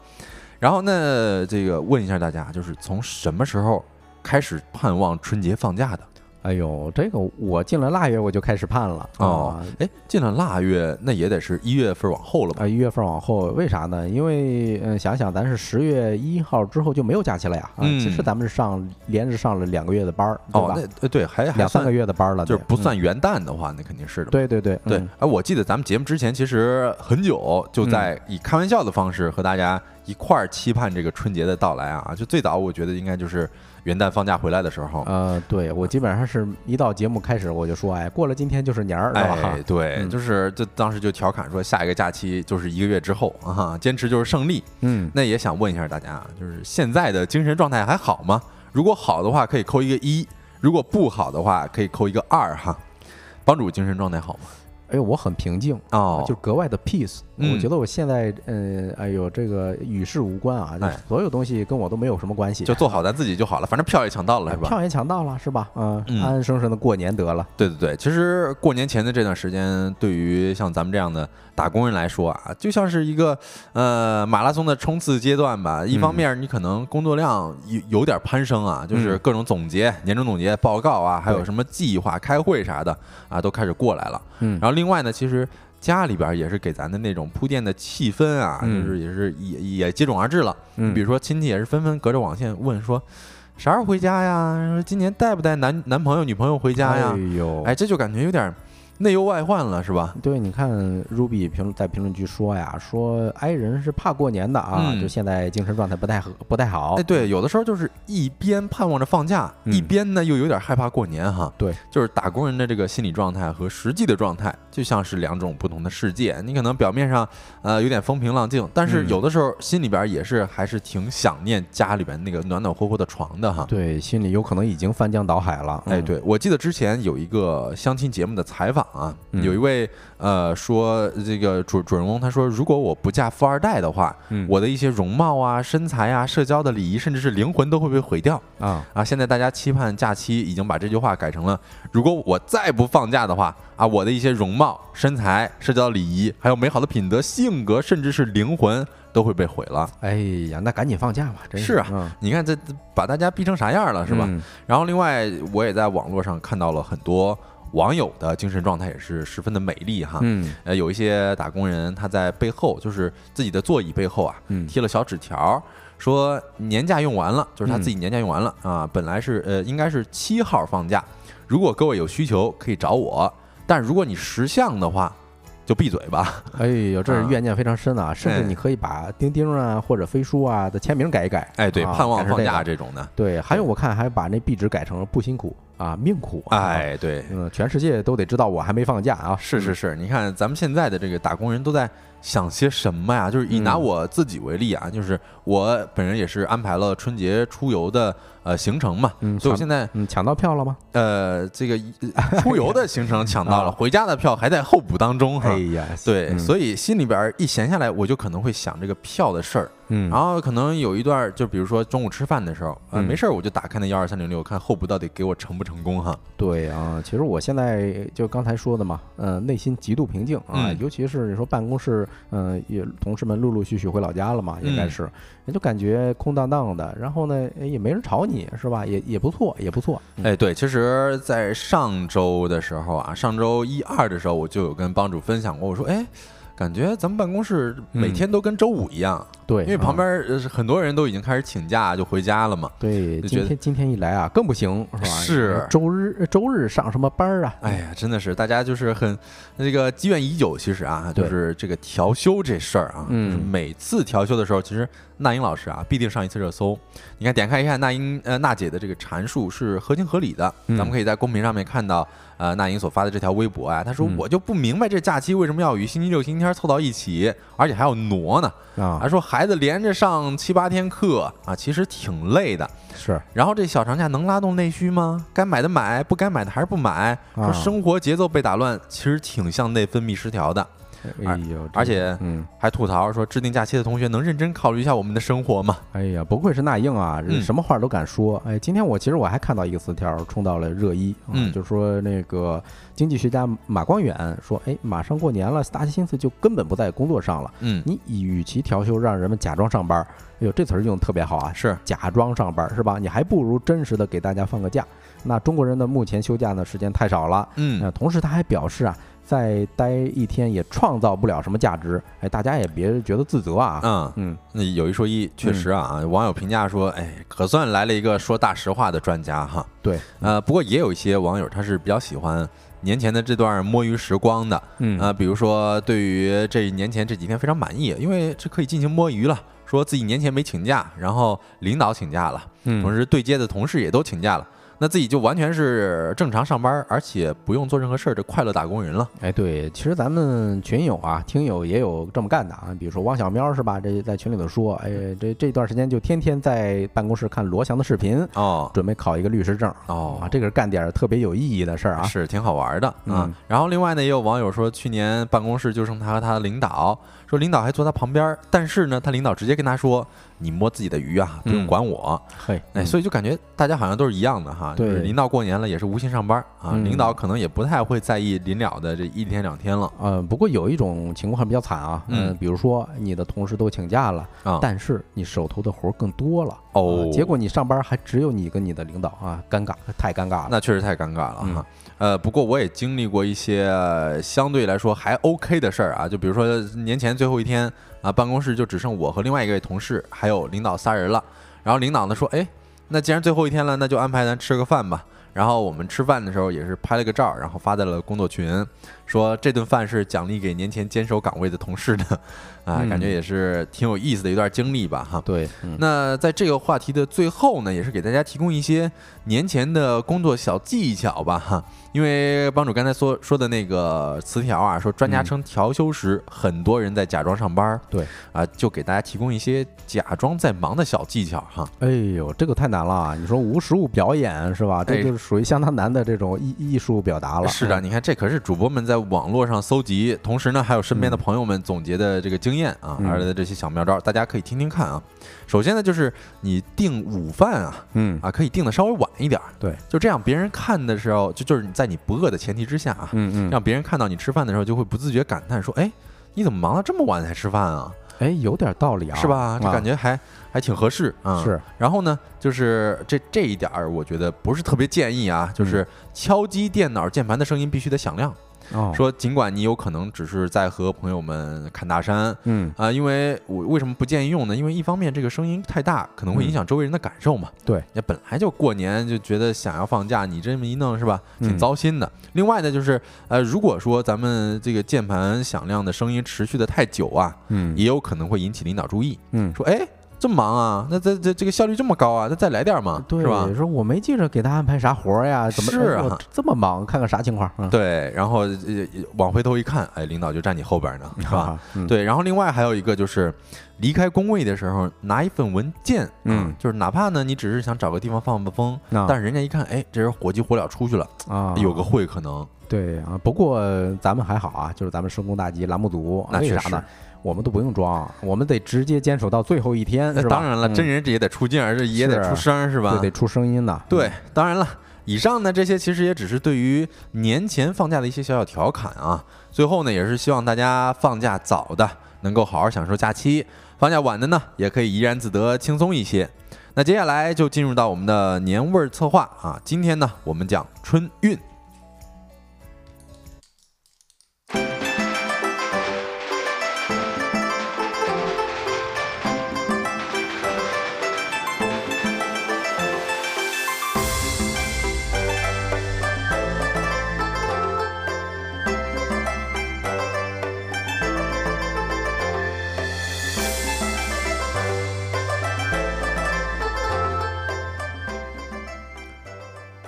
S1: 然后呢，这个问一下大家，就是从什么时候开始盼望春节放假的？
S2: 哎呦，这个我进了腊月我就开始盼了啊
S1: 哦，哎，进了腊月，那也得是一月份往后了吧？
S2: 啊，一月份往后，为啥呢？因为嗯、呃想想咱是十月一号之后就没有假期了呀。啊，
S1: 嗯
S2: 其实咱们是上连着上了两个月的班儿，对
S1: 哦
S2: 吧？，
S1: 那呃对，还还
S2: 两三
S1: 算
S2: 个月的班儿了，
S1: 就是
S2: 对
S1: 不算。元旦的话，那肯定是的嘛。
S2: 嗯对对对
S1: 对
S2: 嗯，
S1: 哎，我记得咱们节目之前其实很久就在
S2: 嗯
S1: 以开玩笑的方式和大家一块儿期盼这个春节的到来啊。就最早我觉得应该就是元旦放假回来的时候，
S2: 呃，对我基本上是一到节目开始我就说，哎，过了今天就是年儿，呃是吧？
S1: 哎，对，
S2: 嗯
S1: 就是就当时就调侃说下一个假期就是一个月之后啊，坚持就是胜利。
S2: 嗯，
S1: 那也想问一下大家，啊就是现在的精神状态还好吗？如果好的话，可以扣一个一；如果不好的话，可以扣一个二哈。帮主精神状态好吗？
S2: 哎呦，我很平静。
S1: 哦，
S2: 就格外的 peace，、
S1: 嗯
S2: 我觉得我现在，嗯，哎呦，这个与世无关啊，就是
S1: 哎
S2: 所有东西跟我都没有什么关系，
S1: 就做好咱自己就好了，反正票也抢到了是吧？
S2: 票也抢到了，是吧？
S1: 嗯
S2: 嗯安安生生的过年得了。
S1: 对对对，其实过年前的这段时间，对于像咱们这样的打工人来说啊，就像是一个呃马拉松的冲刺阶段吧。一
S2: 嗯
S1: 方面，你可能工作量有有点攀升啊，就是各种总结、年终总结报告啊，还有
S2: 嗯对
S1: 什么计划、开会啥的啊，都开始过来了。
S2: 嗯
S1: 然后另外呢，其实。家里边也是给咱的那种铺垫的气氛啊，
S2: 嗯
S1: 就是也是也也接踵而至了。
S2: 嗯
S1: 比如说亲戚也是纷纷隔着网线问说，啥时候回家呀？说今年带不带男男朋友女朋友回家呀
S2: 哎？呦，
S1: 哎，这就感觉有点儿内忧外患了，是吧？
S2: 对，你看 Ruby 评论在评论区说呀，说 i 人是怕过年的啊，
S1: 嗯
S2: 就现在精神状态不太合不太好
S1: 哎，。对，有的时候就是一边盼望着放假，
S2: 嗯
S1: 一边呢又有点害怕过年哈。
S2: 对，
S1: 就是打工人的这个心理状态和实际的状态，就像是两种不同的世界。你可能表面上呃有点风平浪静，但是
S2: 嗯
S1: 有的时候心里边也是还是挺想念家里边那个暖暖和和的床的哈。
S2: 对，心里有可能已经翻江倒海了。
S1: 啊哎，
S2: 嗯，
S1: 对，我记得之前有一个相亲节目的采访啊，
S2: 嗯
S1: 有一位呃说这个主主人公他说，如果我不嫁富二代的话，
S2: 嗯
S1: 我的一些容貌啊、身材啊、社交的礼仪，甚至是灵魂都会被毁掉
S2: 啊，
S1: 啊！现在大家期盼假期，已经把这句话改成了，如果我再不放假的话啊，我的一些容貌、身材、社交礼仪，还有美好的品德、性格，甚至是灵魂都会被毁了。
S2: 哎呀，那赶紧放假吧，真
S1: 是啊
S2: 啊，
S1: 你看这这把大家逼成啥样了，
S2: 嗯
S1: 是吧？
S2: 嗯
S1: 然后另外，我也在网络上看到了很多网友的精神状态也是十分的美丽哈。
S2: 嗯
S1: 呃，有一些打工人他在背后，就是自己的座椅背后啊，
S2: 嗯
S1: 贴了小纸条，说年假用完了，就是他
S2: 嗯
S1: 自己年假用完了啊，本来是呃应该是七号放假，如果各位有需求可以找我，但如果你识相的话，就闭嘴吧。
S2: 哎呦，这
S1: 啊
S2: 是怨念非常深啊！甚
S1: 哎
S2: 至你可以把钉钉啊或者飞书啊的签名改一改。
S1: 哎，对，
S2: 啊
S1: 盼望放。
S2: 改
S1: 假
S2: 成这个
S1: 这种的，
S2: 对，还有我看还把那壁纸改成了不辛苦啊，命苦。，
S1: 哎，对，
S2: 嗯，全世界都得知道我还没放假啊。
S1: 是是是，你看咱们现在的这个打工人都在想些什么呀？就是以拿
S2: 嗯
S1: 我自己为例啊，就是我本人也是安排了春节出游的呃行程嘛，
S2: 嗯，
S1: 所以我
S2: 抢
S1: 现在
S2: 嗯抢到票了吗？
S1: 呃这个 呃出游的行程抢到了，
S2: 啊
S1: 回家的票还在候补当中哈
S2: 哎。呀，
S1: 对，
S2: 嗯
S1: 所以心里边一闲下来，我就可能会想这个票的事儿。
S2: 嗯，
S1: 然后可能有一段，就比如说中午吃饭的时候，啊、
S2: 嗯
S1: 没事儿我就打开那幺二三零六，看后补到底给我成不成功哈。
S2: 对啊，其实我现在就刚才说的嘛，呃，内心极度平静啊，
S1: 嗯
S2: 尤其是你说办公室，嗯、也同事们陆陆续续回老家了嘛，应该
S1: 嗯
S2: 是，也就感觉空荡荡的，然后呢，哎也没人吵你，是吧？也也不错，也不错，嗯
S1: 哎，对，其实，在上周的时候啊，上周一二的时候，我就有跟帮主分享过，我说，哎，感觉咱们办公室每
S2: 嗯
S1: 天都跟周五一样，
S2: 对，
S1: 因为旁
S2: 啊、
S1: 边呃很多人都已经开始请假就回家了嘛。
S2: 对，
S1: 就
S2: 今
S1: 觉得
S2: 天今天一来啊，更不行，是吧？
S1: 是
S2: 周日周日上什么班儿啊？
S1: 哎呀，真的是大家就是很这个积怨已久。其实啊，
S2: 对
S1: 就是这个调休这事儿啊，
S2: 嗯
S1: 就是每次调休的时候，其实那英老师啊必定上一次热搜。你看，点开一下那英呃娜姐的这个阐述是合情合理的，
S2: 嗯
S1: 咱们可以在公屏上面看到呃那英所发的这条微博啊，她说
S2: 嗯
S1: 我就不明白这假期为什么要与星期六、星期天凑到一起，而且还要挪呢。
S2: 啊，
S1: 还说孩子连着上七八天课啊，其实挺累的。
S2: 是
S1: 然后这小长假能拉动内需吗？该买的买，不该买的还是不买。
S2: 啊
S1: 说生活节奏被打乱，其实挺像内分泌失调的。
S2: 哎呦，
S1: 而
S2: 真
S1: 且
S2: 嗯，
S1: 还吐槽说，制定假期的同学能认真考虑一下我们的生活吗？
S2: 哎呀，不愧是那英啊，
S1: 嗯
S2: 什么话都敢说。哎，今天我其实我还看到一个词条冲到了热议，啊
S1: 嗯
S2: 就说那个经济学家马光远说，哎，马上过年了，大家心思就根本不在工作上了。
S1: 嗯，
S2: 你与其调休让人们假装上班，哎呦，这词儿用的特别好啊，
S1: 是
S2: 假装上班是吧？你还不如真实的给大家放个假。那中国人呢，目前休假呢时间太少了，
S1: 嗯
S2: 呃，同时他还表示啊，再待一天也创造不了什么价值，哎，大家也别觉得自责啊。
S1: 嗯，
S2: 嗯，
S1: 那有一说一，确实啊，网友评价说，哎，可算来了一个说大实话的专家哈。
S2: 对，
S1: 呃，不过也有一些网友他是比较喜欢年前的这段摸鱼时光的，
S2: 嗯
S1: 啊，比如说对于这年前这几天非常满意，因为这可以进行摸鱼了。说自己年前没请假，然后领导请假了，
S2: 嗯
S1: 同时对接的同事也都请假了，那自己就完全是正常上班，而且不用做任何事儿的快乐打工人了。
S2: 哎，对，其实咱们群友啊、听友也有这么干的啊，比如说汪小喵是吧？这在群里头说，哎，这这段时间就天天在办公室看罗翔的视频，
S1: 哦
S2: 准备考一个律师证啊，
S1: 哦，
S2: 这个是干点儿特别有意义的事儿啊。
S1: 是挺好玩的啊。
S2: 嗯
S1: 然后另外呢，也有网友说，去年办公室就剩他和他的领导，说领导还坐他旁边，但是呢，他领导直接跟他说：“你摸自己的鱼啊，不用
S2: 嗯
S1: 管我。
S2: 嘿，
S1: 哎，所以就感觉大家好像都是一样的哈，就是
S2: 对
S1: 临到过年了也是无心上班啊，
S2: 嗯
S1: 领导可能也不太会在意临了的这一天两天了
S2: 嗯、呃，不过有一种情况比较惨啊，
S1: 嗯
S2: 呃比如说你的同事都请假了，
S1: 啊。
S2: 但是你手头的活儿更多了，
S1: 哦
S2: 啊结果你上班还只有你跟你的领导啊，尴尬，太尴尬了。嗯
S1: 那确实太尴尬了哈。呃，不过我也经历过一些呃相对来说还 OK 的事儿啊，就比如说年前最后一天啊，办公室就只剩我和另外一位同事还有领导仨人了。然后领导呢说，哎，那既然最后一天了，那就安排咱吃个饭吧。然后我们吃饭的时候也是拍了个照，然后发在了工作群，说这顿饭是奖励给年前坚守岗位的同事的，啊，
S2: 嗯
S1: 感觉也是挺有意思的一段经历吧，哈。
S2: 对，嗯
S1: 那在这个话题的最后呢，也是给大家提供一些年前的工作小技巧吧，哈。因为帮主刚才说说的那个词条啊，说专家称调休时，很多人在假装上班儿，
S2: 嗯对
S1: 啊，就给大家提供一些假装在忙的小技巧哈。
S2: 哎呦，这个太难了啊！你说无实物表演是吧？这
S1: 哎
S2: 就是属于相当难的这种艺艺术表达了。
S1: 是的，
S2: 嗯，
S1: 你看这可是主播们在网络上搜集，同时呢还有身边的朋友们总结的这个经验啊，
S2: 嗯
S1: 而来的这些小妙招，大家可以听听看啊。首先呢，就是你订午饭啊，
S2: 嗯
S1: 啊，可以定的稍微晚一点儿。
S2: 对，
S1: 就这样，别人看的时候，就就是你在你不饿的前提之下啊，
S2: 嗯嗯，
S1: 让别人看到你吃饭的时候，就会不自觉感叹说：“哎，你怎么忙到这么晚才吃饭啊？
S2: 哎，有点道理啊，
S1: 是吧？这
S2: 啊
S1: 感觉还、还挺合适啊。”。
S2: 是，
S1: 然后呢，就是这这一点儿，我觉得不是特别建议啊，
S2: 嗯
S1: 就是敲击电脑键盘的声音必须得响亮。
S2: 哦，
S1: 说尽管你有可能只是在和朋友们侃大山。
S2: 嗯，
S1: 啊，因为我为什么不建议用呢？因为一方面这个声音太大，可能会影响周围人的感受嘛。
S2: 嗯对，
S1: 那本来就过年就觉得想要放假，你这么一弄是吧，挺
S2: 嗯
S1: 糟心的。另外呢，就是呃，如果说咱们这个键盘响亮的声音持续的太久啊，
S2: 嗯
S1: 也有可能会引起领导注意，
S2: 嗯，
S1: 说哎这么忙啊，那这这这个效率这么高啊，那再来点儿嘛，
S2: 对，
S1: 是吧？
S2: 说我没记着给他安排啥活儿呀，怎么
S1: 是
S2: 哎
S1: 啊
S2: 呦这么忙？看看啥情况？嗯，
S1: 对，然后呃往回头一看，哎，领导就站你后边呢，是吧？
S2: 啊？嗯，
S1: 对，然后另外还有一个就是，离开工位的时候拿一份文件，啊
S2: 嗯
S1: 就是哪怕呢你只是想找个地方放放风，
S2: 啊
S1: 但是人家一看，哎，这人火急火燎出去了，
S2: 啊，
S1: 有个会可能，
S2: 对啊，不过咱们还好啊，就是咱们深工大吉栏目组，
S1: 那
S2: 为
S1: 确
S2: 啥呢
S1: 实？
S2: 我们都不用装，我们得直接坚守到最后一天，
S1: 那
S2: 是吧
S1: 当然了，
S2: 嗯
S1: 真人这也得出镜，而且也得
S2: 是
S1: 出声儿，是吧？
S2: 对得出声音呐。
S1: 对，当然了，以上呢这些其实也只是对于年前放假的一些小小调侃啊。最后呢，也是希望大家放假早的能够好好享受假期，放假晚的呢也可以怡然自得，轻松一些。那接下来就进入到我们的年味儿策划啊，今天呢我们讲春运。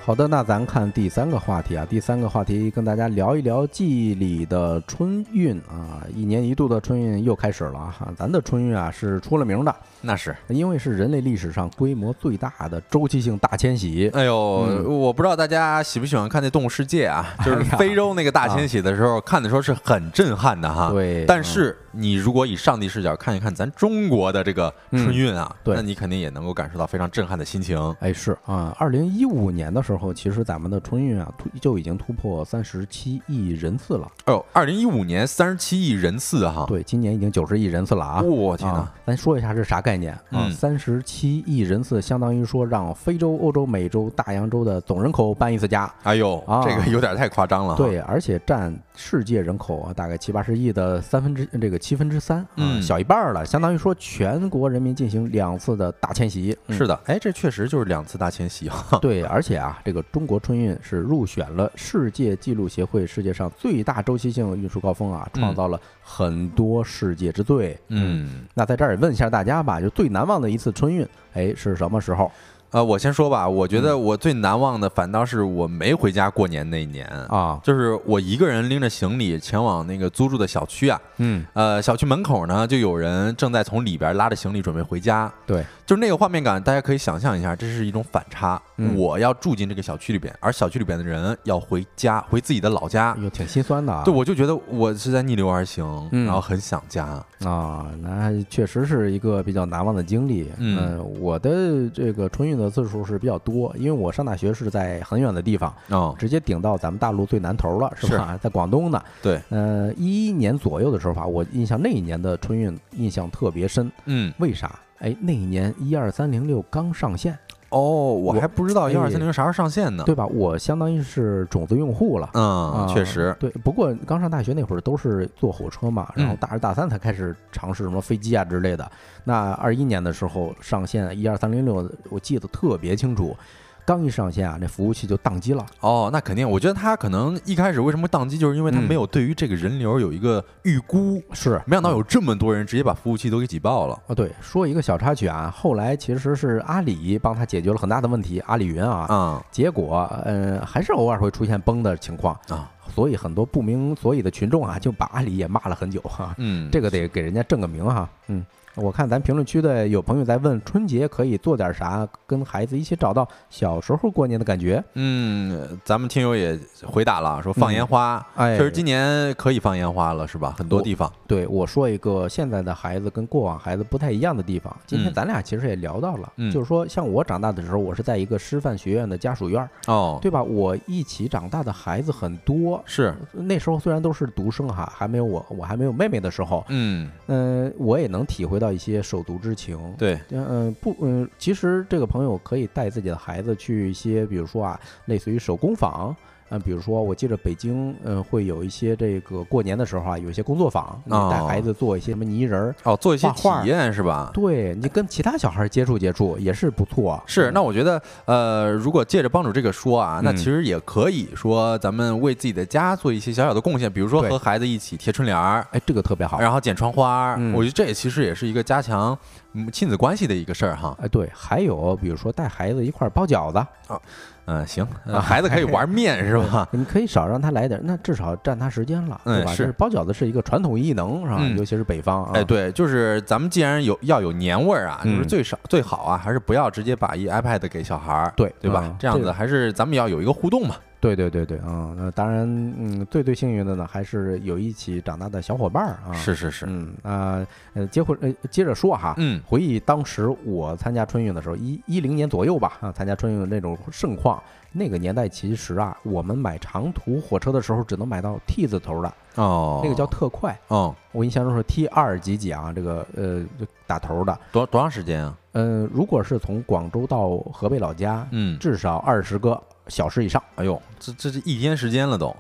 S2: 好的，那咱看第三个话题啊，第三个话题跟大家聊一聊季里的春运啊，一年一度的春运又开始了哈，咱的春运啊是出了名的，
S1: 那是，
S2: 因为是人类历史上规模最大的周期性大迁徙。
S1: 哎呦，
S2: 嗯
S1: 我不知道大家喜不喜欢看那《动物世界》啊，就是
S2: 哎呀啊
S1: 非洲那个大迁徙的时候，看的时候是很震撼的哈。
S2: 对，
S1: 啊
S2: 啊
S1: 但是你如果以上帝视角看一看咱中国的这个春运啊，
S2: 嗯对
S1: 那你肯定也能够感受到非常震撼的心情。
S2: 哎，是啊，二零一五年的时候，其实咱们的春运啊，突就已经突破三十七亿人次了。
S1: 哦，二零一五年三十七亿人次啊哈，
S2: 对，今年已经九十亿人次了啊！
S1: 我天哪
S2: 啊，咱说一下是啥概念啊
S1: 嗯？
S2: 三十七亿人次，相当于说让非洲、欧洲、美洲、大洋洲的总人口搬一次家。
S1: 哎呦，
S2: 啊
S1: 这个有点太夸张了。，
S2: 对，而且占世界人口啊，大概七八十亿的三分之这个七分之三，啊，
S1: 嗯
S2: 小一半儿了，相当于说全国人民进行两次的大迁徙。嗯
S1: 是的，哎，这确实就是两次大迁徙哈。
S2: 对，而且啊，这个中国春运是入选了世界纪录协会世界上最大周期性运输高峰啊，创
S1: 嗯
S2: 造了很多世界之最。，
S1: 嗯，
S2: 那在这儿也问一下大家吧，就最难忘的一次春运，哎，是什么时候
S1: 呃，我先说吧，我觉
S2: 嗯
S1: 得我最难忘的反倒是我没回家过年那一年。
S2: 啊？
S1: 就是我一个人拎着行李前往那个租住的小区啊，
S2: 嗯，
S1: 呃，小区门口呢就有人正在从里边拉着行李准备回家，
S2: 对，
S1: 就是那个画面感，大家可以想象一下，这是一种反差。
S2: 嗯
S1: 我要住进这个小区里边，而小区里边的人要回家，回自己的老家。
S2: 有挺心酸的啊。
S1: 对，我就觉得我是在逆流而行，
S2: 嗯
S1: 然后很想家。
S2: 啊，那确实是一个比较难忘的经历。
S1: 嗯
S2: 呃我的这个春运的次数是比较多，因为我上大学是在很远的地方，
S1: 嗯，
S2: 直接顶到咱们大陆最南头了，是吧？在广东呢。
S1: 对，
S2: 呃，一一年左右的时候吧，我印象那一年的春运印象特别深，
S1: 嗯，
S2: 为啥？哎，那一年一二三零六刚上线，
S1: 哦，我还不知道
S2: 哎
S1: 幺二三零啥时候上线呢。
S2: 对吧？我相当于是种子用户了。
S1: 嗯，
S2: 啊
S1: 确实，
S2: 对。不过刚上大学那会儿都是坐火车嘛，然后
S1: 嗯
S2: 大二大三才开始尝试什么飞机啊之类的。那二一年的时候上线一二三零六，我记得特别清楚，刚一上线啊，那服务器就宕机了。
S1: 哦，那肯定。我觉得他可能一开始为什么宕机，就是因为他
S2: 嗯
S1: 没有对于这个人流有一个预估，
S2: 是，
S1: 没想到有这么多人直接把服务器都给挤爆了。
S2: 哦，对，说一个小插曲啊，后来其实是阿里帮他解决了很大的问题，阿里云啊，
S1: 啊
S2: 结果嗯、呃还是偶尔会出现崩的情况，
S1: 啊，
S2: 所以很多不明所以的群众啊，就把阿里也骂了很久啊哈、
S1: 嗯，
S2: 这个得给人家正个名哈。嗯，我看咱评论区的有朋友在问，春节可以做点啥，跟孩子一起找到小时候过年的感觉。
S1: 嗯，咱们听友也回答了，说放烟花，
S2: 哎，
S1: 确实今年可以放烟花了，是吧？很多地方，
S2: 对我说一个现在的孩子跟过往孩子不太一样的地方。今天
S1: 嗯
S2: 咱俩其实也聊到了，
S1: 嗯
S2: 就是说像我长大的时候，我是在一个师范学院的家属院儿，
S1: 哦，
S2: 对吧？我一起长大的孩子很多。
S1: 是，
S2: 那时候虽然都是独生哈，还没有我，我还没有妹妹的时候，
S1: 嗯，
S2: 嗯、我也能体会到一些手足之情。
S1: 对，
S2: 嗯、呃不，嗯、其实这个朋友可以带自己的孩子去一些，比如说啊，类似于手工坊，嗯、比如说我记着北京，嗯、会有一些这个过年的时候啊，有一些工作坊，你
S1: 哦
S2: 带孩子做一些什么泥人儿，
S1: 哦，做一些
S2: 画
S1: 体
S2: 画
S1: 验是吧？
S2: 对你跟其他小孩接触接触也是不错。
S1: 是，
S2: 嗯
S1: 那我觉得，呃，如果借着帮主这个说啊，那
S2: 嗯
S1: 其实也可以说，咱们为自己的家做一些小小的贡献，比如说
S2: 对
S1: 和孩子一起贴春联儿，
S2: 哎，这个特别好。
S1: 然后剪窗花儿，
S2: 嗯
S1: 我觉得这也其实也是一个加强嗯亲子关系的一个事儿哈。
S2: 哎，对，还有比如说带孩子一块儿包饺子，
S1: 嗯，行，呃孩子可以玩面是 吧？
S2: 你可以少让他来点儿，那至少占他时间了，对
S1: 嗯
S2: 吧？
S1: 是
S2: 这包饺子是一个传统艺能，是吧？
S1: 嗯
S2: 尤其是北方啊。
S1: 哎，对，就是咱们既然有要有年味儿啊，就是
S2: 嗯
S1: 最少最好啊，还是不要直接把一 iPad 给小孩儿，
S2: 对
S1: 对吧？
S2: 嗯
S1: 这样
S2: 这
S1: 子
S2: 个
S1: 还是咱们要有一个互动嘛。
S2: 对对对对啊，那当然，嗯，最最幸运的呢，还是有一起长大的小伙伴儿啊。
S1: 是是是，
S2: 嗯啊呃，接回呃接着说哈，
S1: 嗯
S2: 回忆当时我参加春运的时候，一一零年左右吧，啊，参加春运的那种盛况。那个年代其实啊，我们买长途火车的时候只能买到 T 字头的，
S1: 哦，
S2: 那个叫特快。
S1: 哦，
S2: 我印象中是 T 二几几啊，这个呃就打头的。
S1: 多多长时间啊？
S2: 呃，如果是从广州到河北老家，
S1: 嗯，
S2: 至少二十个小时以上
S1: 哎呦，这这是一天时间了都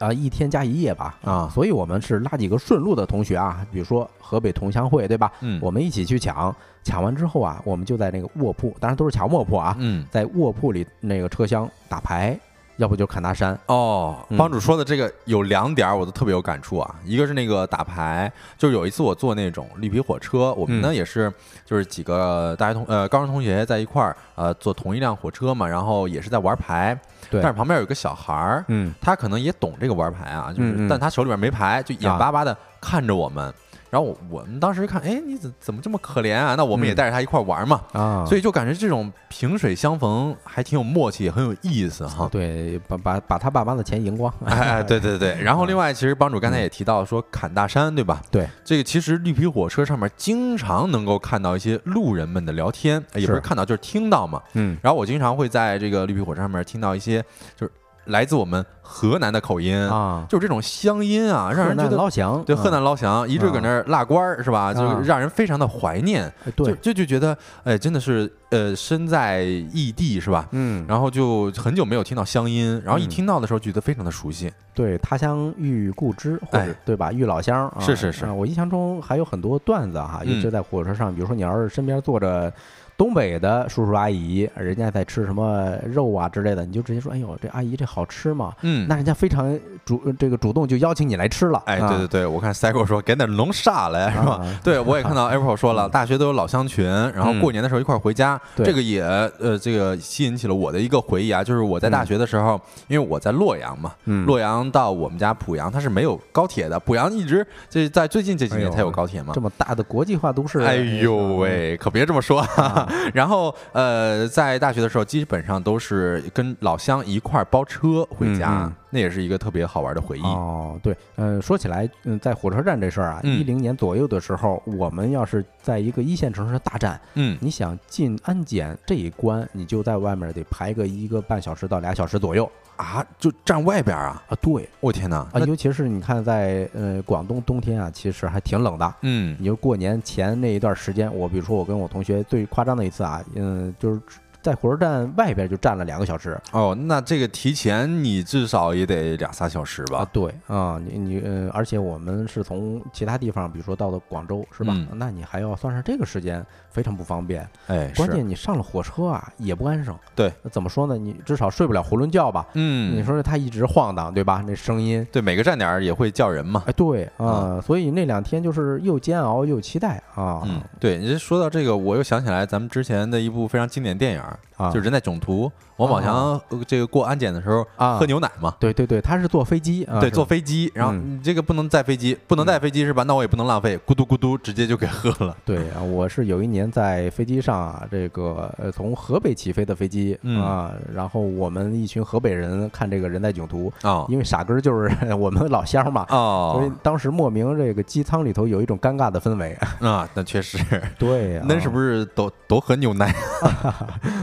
S2: 啊、一天加一夜吧。
S1: 啊，
S2: 所以我们是拉几个顺路的同学啊，比如说河北同乡会，对吧？
S1: 嗯，
S2: 我们一起去抢，抢完之后啊，我们就在那个卧铺，当然都是抢卧铺啊，
S1: 嗯
S2: 在卧铺里那个车厢打牌，要不就砍大山。
S1: 哦，
S2: 嗯
S1: 帮主说的这个有两点儿我都特别有感触啊，一个是那个打牌，就是有一次我坐那种绿皮火车，我们呢也是就是几个大学同呃高中同学在一块儿呃坐同一辆火车嘛，然后也是在玩牌，
S2: 对
S1: 但是旁边有个小孩儿，
S2: 嗯，
S1: 他可能也懂这个玩牌啊，就是
S2: 嗯嗯
S1: 但他手里边没牌，就眼
S2: 啊
S1: 巴巴的看着我们。然后我我们当时看，哎，你怎怎么这么可怜啊？那我们也
S2: 嗯
S1: 带着他一块儿玩嘛，
S2: 啊，
S1: 所
S2: 以
S1: 以就感觉这种萍水相逢还挺有默契，也很有意思啊 哈。
S2: 啊对，把把把他爸妈的钱赢光。
S1: 哎，对对对，然后另外，其实帮主刚才也提到说砍大山，对吧？
S2: 对，
S1: 这个其实绿皮火车上面经常能够看到一些路人们的聊天，哎也不是
S2: 是
S1: 看到，就是听到嘛。
S2: 嗯，
S1: 然后我经常会在这个绿皮火车上面听到一些就是来自我们河南的口音，
S2: 啊，
S1: 就是这种乡音啊，让人觉
S2: 河南
S1: 得
S2: 老乡，
S1: 对
S2: 嗯
S1: 河南老乡一直搁那儿拉官儿是吧？就
S2: 啊
S1: 让人非常的怀念，
S2: 哎
S1: 就
S2: 对，
S1: 就就觉得哎，真的是呃身在异地是吧？
S2: 嗯，
S1: 然后就很久没有听到乡音，然后一
S2: 嗯
S1: 听到的时候觉得非常的熟悉。
S2: 对，他乡遇故知，或者
S1: 哎
S2: 对吧？遇老乡啊，
S1: 是是是
S2: 啊我印象中还有很多段子哈，
S1: 嗯
S2: 尤其在火车上，比如说你要是身边坐着东北的叔叔阿姨，人家在吃什么肉啊之类的，你就直接说：“哎呦，这阿姨这好吃吗？”
S1: 嗯，
S2: 那人啊家非常主呃这个主动就邀请你来吃了。
S1: 哎，对对对，我看 Cycle 说给点龙煞来是吧？
S2: 啊嗯
S1: 对，我也 看到 April 说了，大学都有老乡群，然后过年的时候一块儿回家，
S2: 对
S1: 这个也呃，这个吸引起了我的一个回忆啊，就是我在大学的时候，因为我在洛阳嘛，
S2: 嗯，
S1: 洛阳到我们家濮阳它是没有高铁的，濮阳一直这在最近这几
S2: 哎
S1: 年
S2: 呦
S1: 才有高铁嘛
S2: 这。么大的国际化都市，
S1: 哎呦喂，可别这么说。
S2: 啊，
S1: 然后，呃，在大学的时候，基本上都是跟老乡一块儿包车回家，
S2: 嗯嗯
S1: 那也是一个特别好玩的回忆。
S2: 哦，对，呃，说起来，嗯，在火车站这事儿啊，
S1: 嗯
S2: 一零年左右的时候，我们要是在一个一线城市的大站，
S1: 嗯，
S2: 你想进安检这一关，你就在外面得排个一个半小时到俩小时左右
S1: 啊，就站外边儿啊，
S2: 啊。对
S1: 我天哪！
S2: 啊，
S1: 那
S2: 尤其是你看在呃广东冬天啊，其实还挺冷的。
S1: 嗯
S2: 你就过年前那一段时间，我比如说我跟我同学最夸张的一次啊，嗯、就是在火车站外边就站了两个小时
S1: 哦，那这个提前你至少也得俩仨小时
S2: 啊
S1: 吧？。
S2: 对啊，你你呃，而且我们是从其他地方，比如说到的广州是吧？
S1: 嗯
S2: 那你还要算上这个时间，非常不方便。
S1: 哎，
S2: 关
S1: 是
S2: 键你上了火车啊，也不安生。
S1: 对，
S2: 怎么说呢？你至少睡不了囫囵觉吧？
S1: 嗯，
S2: 你说它一直晃荡，对吧？那声音，
S1: 对，每个站点儿也会叫人嘛。
S2: 哎，对啊、所以那两天就是又煎熬又期待啊、
S1: 嗯，对，你这说到这个，我又想起来咱们之前的一部非常经典电影儿，
S2: 啊！
S1: 就是《人在囧途》，王宝强呃这个过安检的时候
S2: 啊
S1: 喝牛奶嘛。
S2: 对对对，他是坐飞机啊，
S1: 对，
S2: 是
S1: 坐
S2: 吧
S1: 飞机，然后
S2: 嗯
S1: 你这个不能载飞机，不能载飞机是吧？那我也不能浪费，咕嘟咕嘟直接就给喝 了。
S2: 对啊，我是有一年在飞机上啊，这个呃从河北起飞的飞机
S1: 嗯
S2: 啊，然后我们一群河北人看这个《人在囧途》，
S1: 哦
S2: 因为傻根儿就是 我们老乡嘛。 所以
S1: 哦，
S2: 当时莫名这个机舱里头有一种尴尬的氛围，
S1: 啊，那确实，
S2: 对啊，
S1: 那是不是都都喝牛奶？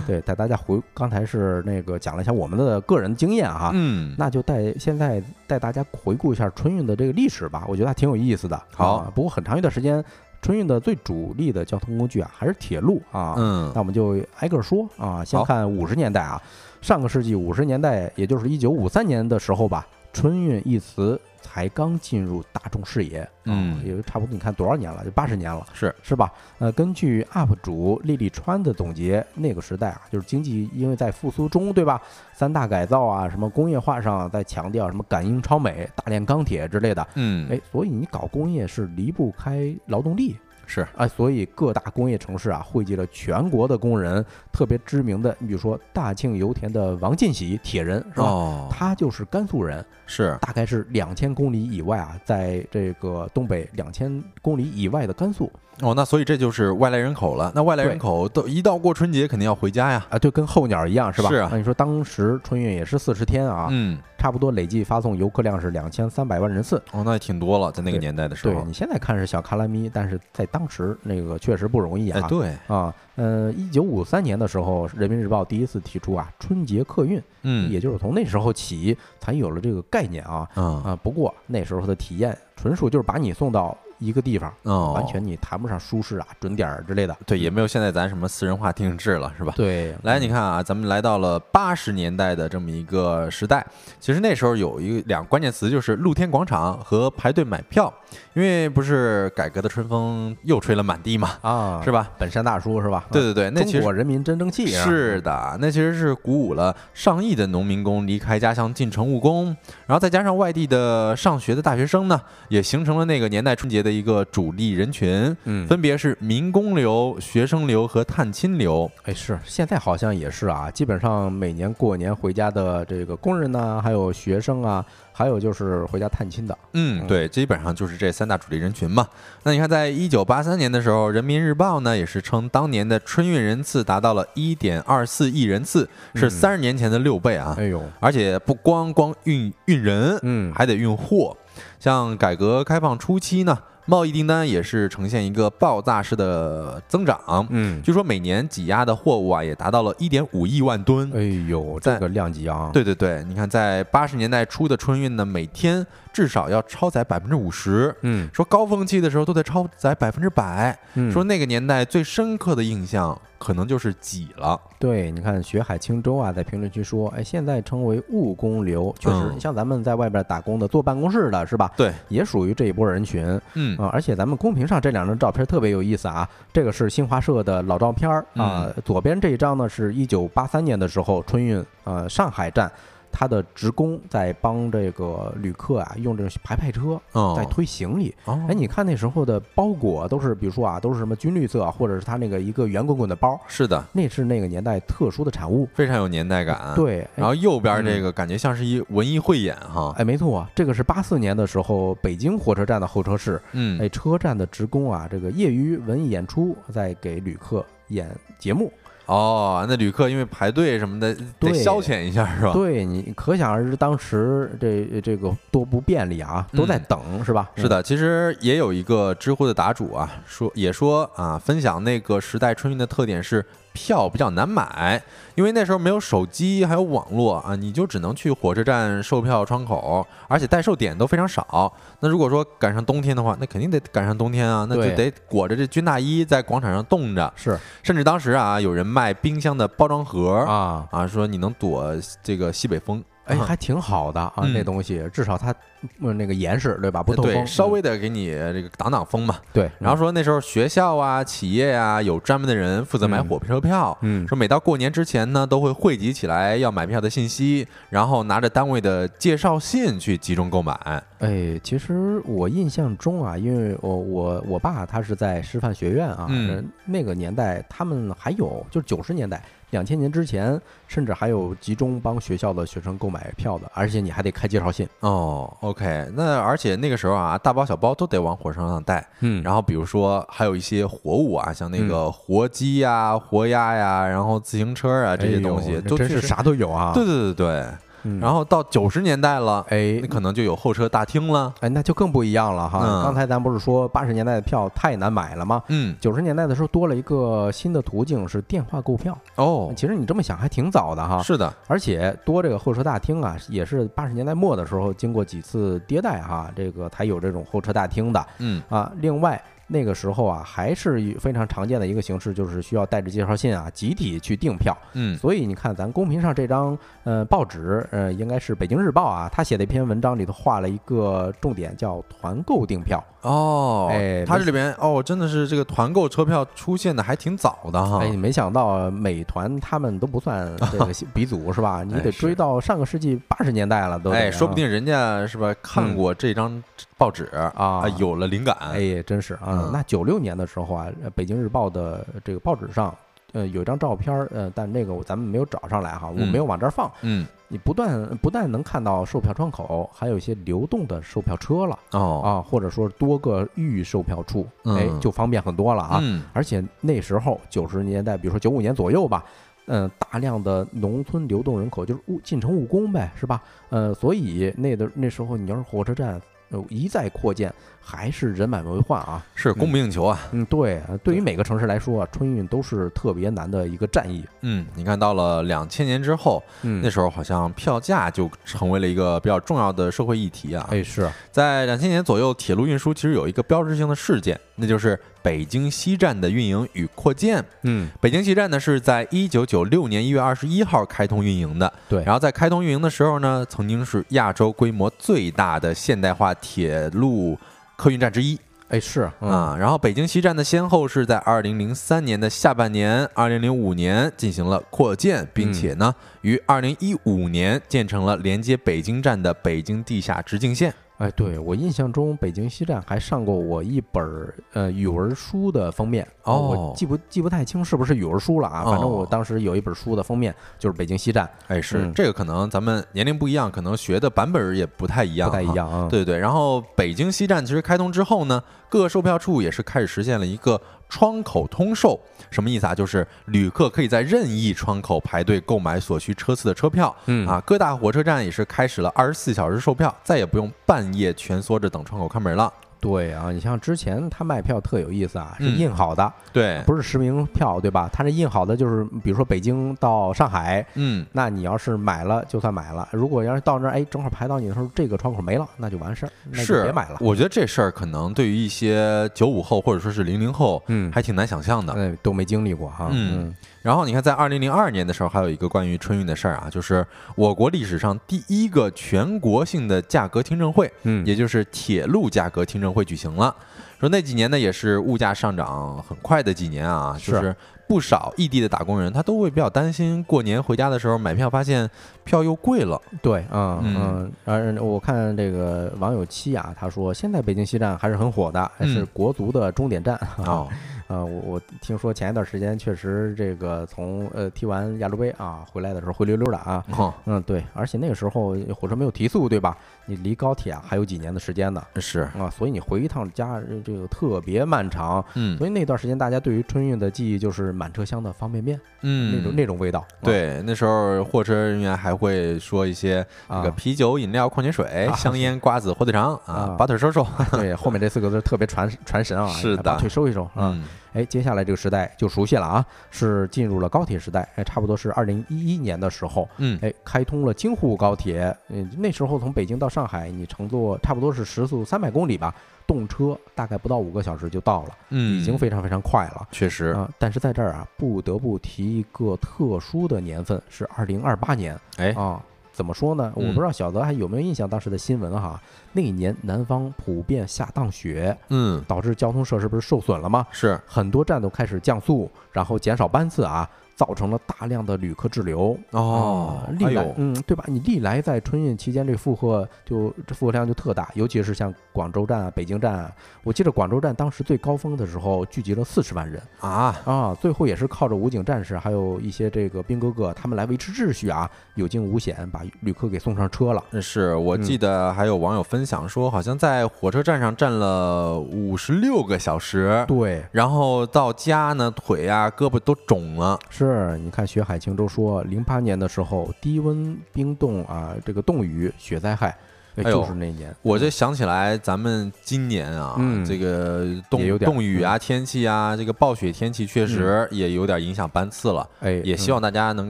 S2: 对，带大家回刚才是那个讲了一下我们的个人经验啊哈，
S1: 嗯，
S2: 那就带现在带大家回顾一下春运的这个历史吧，我觉得还挺有意思的。
S1: 好
S2: 啊不过很长一段时间，春运的最主力的交通工具啊还是铁路啊。
S1: 嗯
S2: 那我们就挨个说啊，先
S1: 好
S2: 看五十年代啊，上个世纪五十年代，也就是一九五三年的时候吧，春运一词才刚进入大众视野，啊
S1: 嗯
S2: 也就差不多你看多少年了，就八十年了。
S1: 是
S2: 是吧？呃，根据 UP 主丽丽川的总结，那个时代啊，就是经济因为在复苏中，对吧？三大改造啊，什么工业化上在强调什么赶英超美、大炼钢铁之类的，
S1: 嗯，
S2: 哎，所以你搞工业是离不开劳动力。
S1: 是
S2: 啊，所以各大工业城市啊，汇集了全国的工人，特别知名的，你比如说大庆油田的王进喜，铁人是吧？
S1: 哦，
S2: 他就是甘肃人，
S1: 是
S2: 大概是两千公里以外啊，在这个东北两千公里以外的甘肃，
S1: 哦，那所以这就是外来人口了。那外来人
S2: 对
S1: 口都一到过春节，肯定要回家呀。
S2: 啊，就跟候鸟一样是吧？
S1: 是啊
S2: 那你说当时春运也是四十天啊，
S1: 嗯，
S2: 差不多累计发送游客量是两千三百万人次。
S1: 哦，那也挺多了，在那个
S2: 对
S1: 年代的时
S2: 对
S1: 候。
S2: 你现在看是小卡拉咪，但是在当时那个确实不容易
S1: 哎
S2: 啊。，
S1: 对，
S2: 啊，呃，一九五三年的时候，《人民日报》第一次提出啊春节客运，
S1: 嗯，
S2: 也就是从那时候起才有了这个概念啊
S1: 啊，
S2: 啊。不过那时候的体验纯属就是把你送到一个地方，
S1: 哦，
S2: 完全你谈不上舒适啊、准点儿之类的。
S1: 对，也没有现在咱什么私人化定制了，是吧？
S2: 对，
S1: 来，你看啊，咱们来到了八十年代的这么一个时代。其实那时候有一个两个关键词，就是露天广场和排队买票。因为不是改革的春风又吹了满地嘛，
S2: 啊，
S1: 是吧？
S2: 本山大叔是吧？啊
S1: 对对对，那其实
S2: 中国人民真争气啊
S1: 是的，那其实是鼓舞了上亿的农民工离开家乡进城务工，然后再加上外地的上学的大学生呢，也形成了那个年代春节的一个主力人群，
S2: 嗯，
S1: 分别是民工流、学生流和探亲流。
S2: 哎是，现在好像也是啊，基本上每年过年回家的这个工人呐、还有学生啊，还有就是回家探亲的，
S1: 嗯，
S2: 嗯
S1: 对，基本上就是这三大主力人群嘛。那你看，在一九八三年的时候，《人民日报》呢也是称当年的春运人次达到了一点二四亿人次，是
S2: 嗯
S1: 三十年前的六倍啊！
S2: 哎呦，
S1: 而且不光光运运人，
S2: 嗯，
S1: 还得运货。像改革开放初期呢，贸易订单也是呈现一个爆炸式的增长。
S2: 嗯，
S1: 据说每年挤压的货物啊，也达到了一点五亿万吨。
S2: 哎呦，
S1: 嗯在
S2: 这个量级啊，
S1: 对对对，你看，在八十年代初的春运呢，每天至少要超载百分之五十。
S2: 嗯，
S1: 说高峰期的时候都得超载百分之百。
S2: 嗯，
S1: 说那个年代最深刻的印象，可能就是挤了。
S2: 对，你看学海青州啊，在评论区说，哎，现在称为务工流，确实，
S1: 嗯
S2: 像咱们在外边打工的，坐办公室的是吧？
S1: 对，
S2: 也属于这一波人群啊、
S1: 嗯，
S2: 而且咱们公屏上这两张照片特别有意思啊，这个是新华社的老照片儿
S1: 嗯
S2: 啊、左边这一张呢是一九八三年的时候春运呃上海站。他的职工在帮这个旅客啊，用这个排排车
S1: 哦
S2: 在推行李。
S1: 哦
S2: 哎，，你看那时候的包裹都是，比如说啊，都是什么军绿色，或者是他那个一个圆滚滚的包，
S1: 是的，
S2: 那是那个年代特殊的产物。
S1: 非常有年代感。。
S2: 对，哎
S1: 啊然后右边这个感觉像是一文艺汇演哈，
S2: 哎，没错啊，这个是八四年的时候，北京火车站的候车室，
S1: 嗯，
S2: 哎，车站的职工啊，这个业余文艺演出，在给旅客演节目。
S1: 哦，那旅客因为排队什么的，得
S2: 对
S1: 消遣一下是吧？
S2: 对你可想而知，当时这这个多不便利啊，都在
S1: 嗯
S2: 等、是吧？
S1: 是的，其实也有一个知乎的答主啊，说也说啊，分享那个时代春运的特点是票比较难买，因为那时候没有手机，还有网络啊，你就只能去火车站售票窗口，而且代售点都非常少。那如果说赶上冬天的话，那肯定得赶上冬天啊，那就得
S2: 对
S1: 裹着这军大衣在广场上冻着，
S2: 嗯是
S1: 甚至当时啊，有人卖冰箱的包装盒啊
S2: 啊，
S1: 说你能躲这个西北风，
S2: 哎，
S1: 啊
S2: 还挺好的啊，
S1: 嗯
S2: 那东西至少它、呃那个严实对吧？不透
S1: 对
S2: 风，
S1: 稍
S2: 嗯
S1: 微的给你这个挡挡风嘛。
S2: 对。
S1: 然后说那时候学校啊、企业啊有专门的人负责买
S2: 嗯
S1: 火车票。
S2: 嗯，
S1: 说每到过年之前呢，都会汇集起来要买票的信息，然后拿着单位的介绍信去集中购买。
S2: 哎，其实我印象中啊，因为我我我爸他是在师范学院啊，
S1: 嗯
S2: 呃那个年代他们还有就九十年代、两千年之前，甚至还有集中帮学校的学生购买票的，而且你还得开介绍信。
S1: 哦，OK，那而且那个时候啊，大包小包都得往火车上带。
S2: 嗯
S1: 然后比如说还有一些活物啊，像那个活鸡呀、活鸭呀、然后自行车啊这些东西，都
S2: 哎真
S1: 确
S2: 是
S1: 实。
S2: 啥都有啊。
S1: 对对对对。
S2: 嗯，
S1: 然后到九十年代了，
S2: 哎
S1: 那。可能就有候车大厅了。
S2: 哎，那就更不一样了哈！
S1: 嗯
S2: 刚才咱不是说八十年代的票太难买了吗？
S1: 嗯，
S2: 九十年代的时候多了一个新的途径是电话购票。
S1: 哦，
S2: 其实你这么想还挺早的哈。
S1: 是的，
S2: 而且多这个候车大厅啊，也是八十年代末的时候，经过几次迭代哈、这个才有这种候车大厅的
S1: 嗯，
S2: 啊。另外那个时候啊，还是非常常见的一个形式，就是需要带着介绍信啊，集体去订票。
S1: 嗯，
S2: 所以你看，咱公屏上这张呃报纸，呃，应该是《北京日报》啊，他写的一篇文章里头画了一个重点，叫团购订票。
S1: 哦，
S2: 哎
S1: 它
S2: 没
S1: 这里边哦，真的是这个团购车票出现的还挺早的哈。
S2: 哎，没想到美团他们都不算 这个鼻祖是吧？你
S1: 哎
S2: 得
S1: 是
S2: 追到上个世纪八十年代了都得啊。嗯
S1: 哎说不定人家是吧看过这张报纸
S2: 啊
S1: 啊，有了灵感。
S2: 哎，真是啊！
S1: 嗯
S2: 那九六年的时候啊，呃《北京日报》的这个报纸上呃有一张照片儿，呃，但那个我咱们没有找上来哈，我
S1: 嗯
S2: 没有往这儿放。
S1: 嗯，
S2: 你不但不但能看到售票窗口，还有一些流动的售票车了
S1: 哦，
S2: 啊，或者说多个预售票处，哎
S1: 嗯，
S2: 就方便很多了啊。
S1: 嗯
S2: 而且那时候九十年代，比如说九五年左右吧，嗯、大量的农村流动人口就是务进城务工呗，是吧？呃，所以那的那时候你要是火车站。呃一再扩建，还是人满为患啊！
S1: 是供不应求啊。
S2: 嗯，对，呃对于每个城市来说啊，春运都是特别难的一个战役。
S1: 嗯，你看到了两千年之后，
S2: 嗯
S1: 那时候好像票价就成为了一个比较重要的社会议题啊。
S2: 哎是，
S1: 在两千年左右，铁路运输其实有一个标志性的事件，那就是北京西站的运营与扩建。
S2: 嗯，
S1: 北京西站呢是在一九九六年一月二十一号开通运营的，
S2: 对
S1: 然后在开通运营的时候呢，曾经是亚洲规模最大的现代化铁路客运站之一
S2: 哎是，嗯、
S1: 啊。然后北京西站呢，先后是在二零零三年的下半年、二零零五年进行了扩建，并且呢，
S2: 嗯
S1: 于二零一五年建成了连接北京站的北京地下直径线。
S2: 哎，对我印象中，北京西站还上过我一本儿呃语文书的封面啊
S1: 哦
S2: 我记不记不太清是不是语文书了啊？反正我
S1: 哦
S2: 当时有一本书的封面就是北京西站，
S1: 哎，是、
S2: 嗯
S1: 这个，可能咱们年龄不一样，可能学的版本儿也不太一样，
S2: 不太一。样啊。
S1: 对对，然后北京西站其实开通之后呢，各售票处也是开始实现了一个窗口通售，什么意思啊？就是旅客可以在任意窗口排队购买所需车次的车票。
S2: 嗯
S1: 啊，各大火车站也是开始了二十四小时售票，再也不用半夜蜷缩着等窗口开门了。
S2: 对啊，你像之前他卖票特有意思啊，是
S1: 嗯
S2: 印好的，
S1: 对，
S2: 不是实名票对吧？他这印好的就是，比如说北京到上海。
S1: 嗯，
S2: 那你要是买了，就算买了；如果要是到那儿，哎，正好排到你的时候，这个窗口没了，那就完事儿，那就是别买了。
S1: 我觉得这事儿可能对于一些九五后或者说是零零后，
S2: 嗯
S1: 还挺难想象的。
S2: 哎，都没经历过哈。
S1: 嗯然后你看，在二零零二年的时候，还有一个关于春运的事儿啊，就是我国历史上第一个全国性的价格听证会，
S2: 嗯，
S1: 也就是铁路价格听证会举行了。说那几年呢，也是物价上涨很快的几年啊，
S2: 是
S1: 就是不少异地的打工人，他都会比较担心过年回家的时候买票，发现票又贵 了。
S2: 对，嗯
S1: 嗯
S2: 嗯，而我看这个网友七啊，他说现在北京西站还是很火的，还是
S1: 嗯
S2: 国足的终点站啊。
S1: 哦，
S2: 呃，我我听说前一段时间确实这个从呃踢完亚洲杯啊回来的时候灰溜溜的啊。
S1: 哦
S2: 嗯，对，而且那个时候火车没有提速，对吧？你离高铁啊还有几年的时间呢
S1: 是，
S2: 啊，所以你回一趟家呃这个特别漫长。
S1: 嗯
S2: 所以那段时间大家对于春运的记忆就是满车厢的方便面
S1: 嗯，
S2: 那种那种味道。啊
S1: 对，那时候货车人员还会说一些这个
S2: 啊，
S1: 啤酒、饮料、矿泉水、
S2: 啊
S1: 香烟、瓜子、火腿肠啊
S2: 啊，
S1: 把腿收收。
S2: 对，后面这四个字特别传传神啊，
S1: 是的
S2: 把腿收一收啊。
S1: 嗯，
S2: 哎，接下来这个时代就熟悉了啊，是进入了高铁时代，哎，差不多是二零一一年的时候，
S1: 嗯，
S2: 哎，开通了京沪高铁，嗯，那时候从北京到上海，你乘坐差不多是时速三百公里吧，动车大概不到五个小时就到了，
S1: 嗯，
S2: 已经非常非常快了。
S1: 确实，
S2: 啊，但是在这儿啊，不得不提一个特殊的年份，是二零二八年。
S1: 哎
S2: 啊，怎么说呢？我
S1: 嗯
S2: 不知道小泽还有没有印象当时的新闻哈。那一年南方普遍下大雪，
S1: 嗯，
S2: 导致交通设施不是受损了吗？
S1: 是，
S2: 很多站都开始降速，然后减少班次啊，造成了大量的旅客滞留。
S1: 哦
S2: 啊，
S1: 哎
S2: 历来、
S1: 呦，
S2: 嗯，对吧？你历来在春运期间，这负荷就这负荷量就特大，尤其是像广州站啊、北京站啊。我记得广州站当时最高峰的时候，聚集了四十万人
S1: 啊，
S2: 啊。最后也是靠着武警战士还有一些这个兵哥哥他们来维持秩序啊，有惊无险把旅客给送上车了。
S1: 是我
S2: 嗯
S1: 记得还有网友分享说，好像在火车站上站了五十六个小时，
S2: 对，
S1: 然后到家呢，腿啊、胳膊都肿了。
S2: 是，你看学海清舟说，零八年的时候，低温冰冻啊，这个冻雨雪灾害，哎
S1: 哎呦
S2: 就是那年。
S1: 我就想起来，咱们今年啊，
S2: 嗯
S1: 这个
S2: 也
S1: 冻
S2: 有点嗯
S1: 冻雨啊、天气啊，这个暴雪天气确实也有点影响班次了，
S2: 哎，
S1: 也希
S2: 嗯、
S1: 望大家能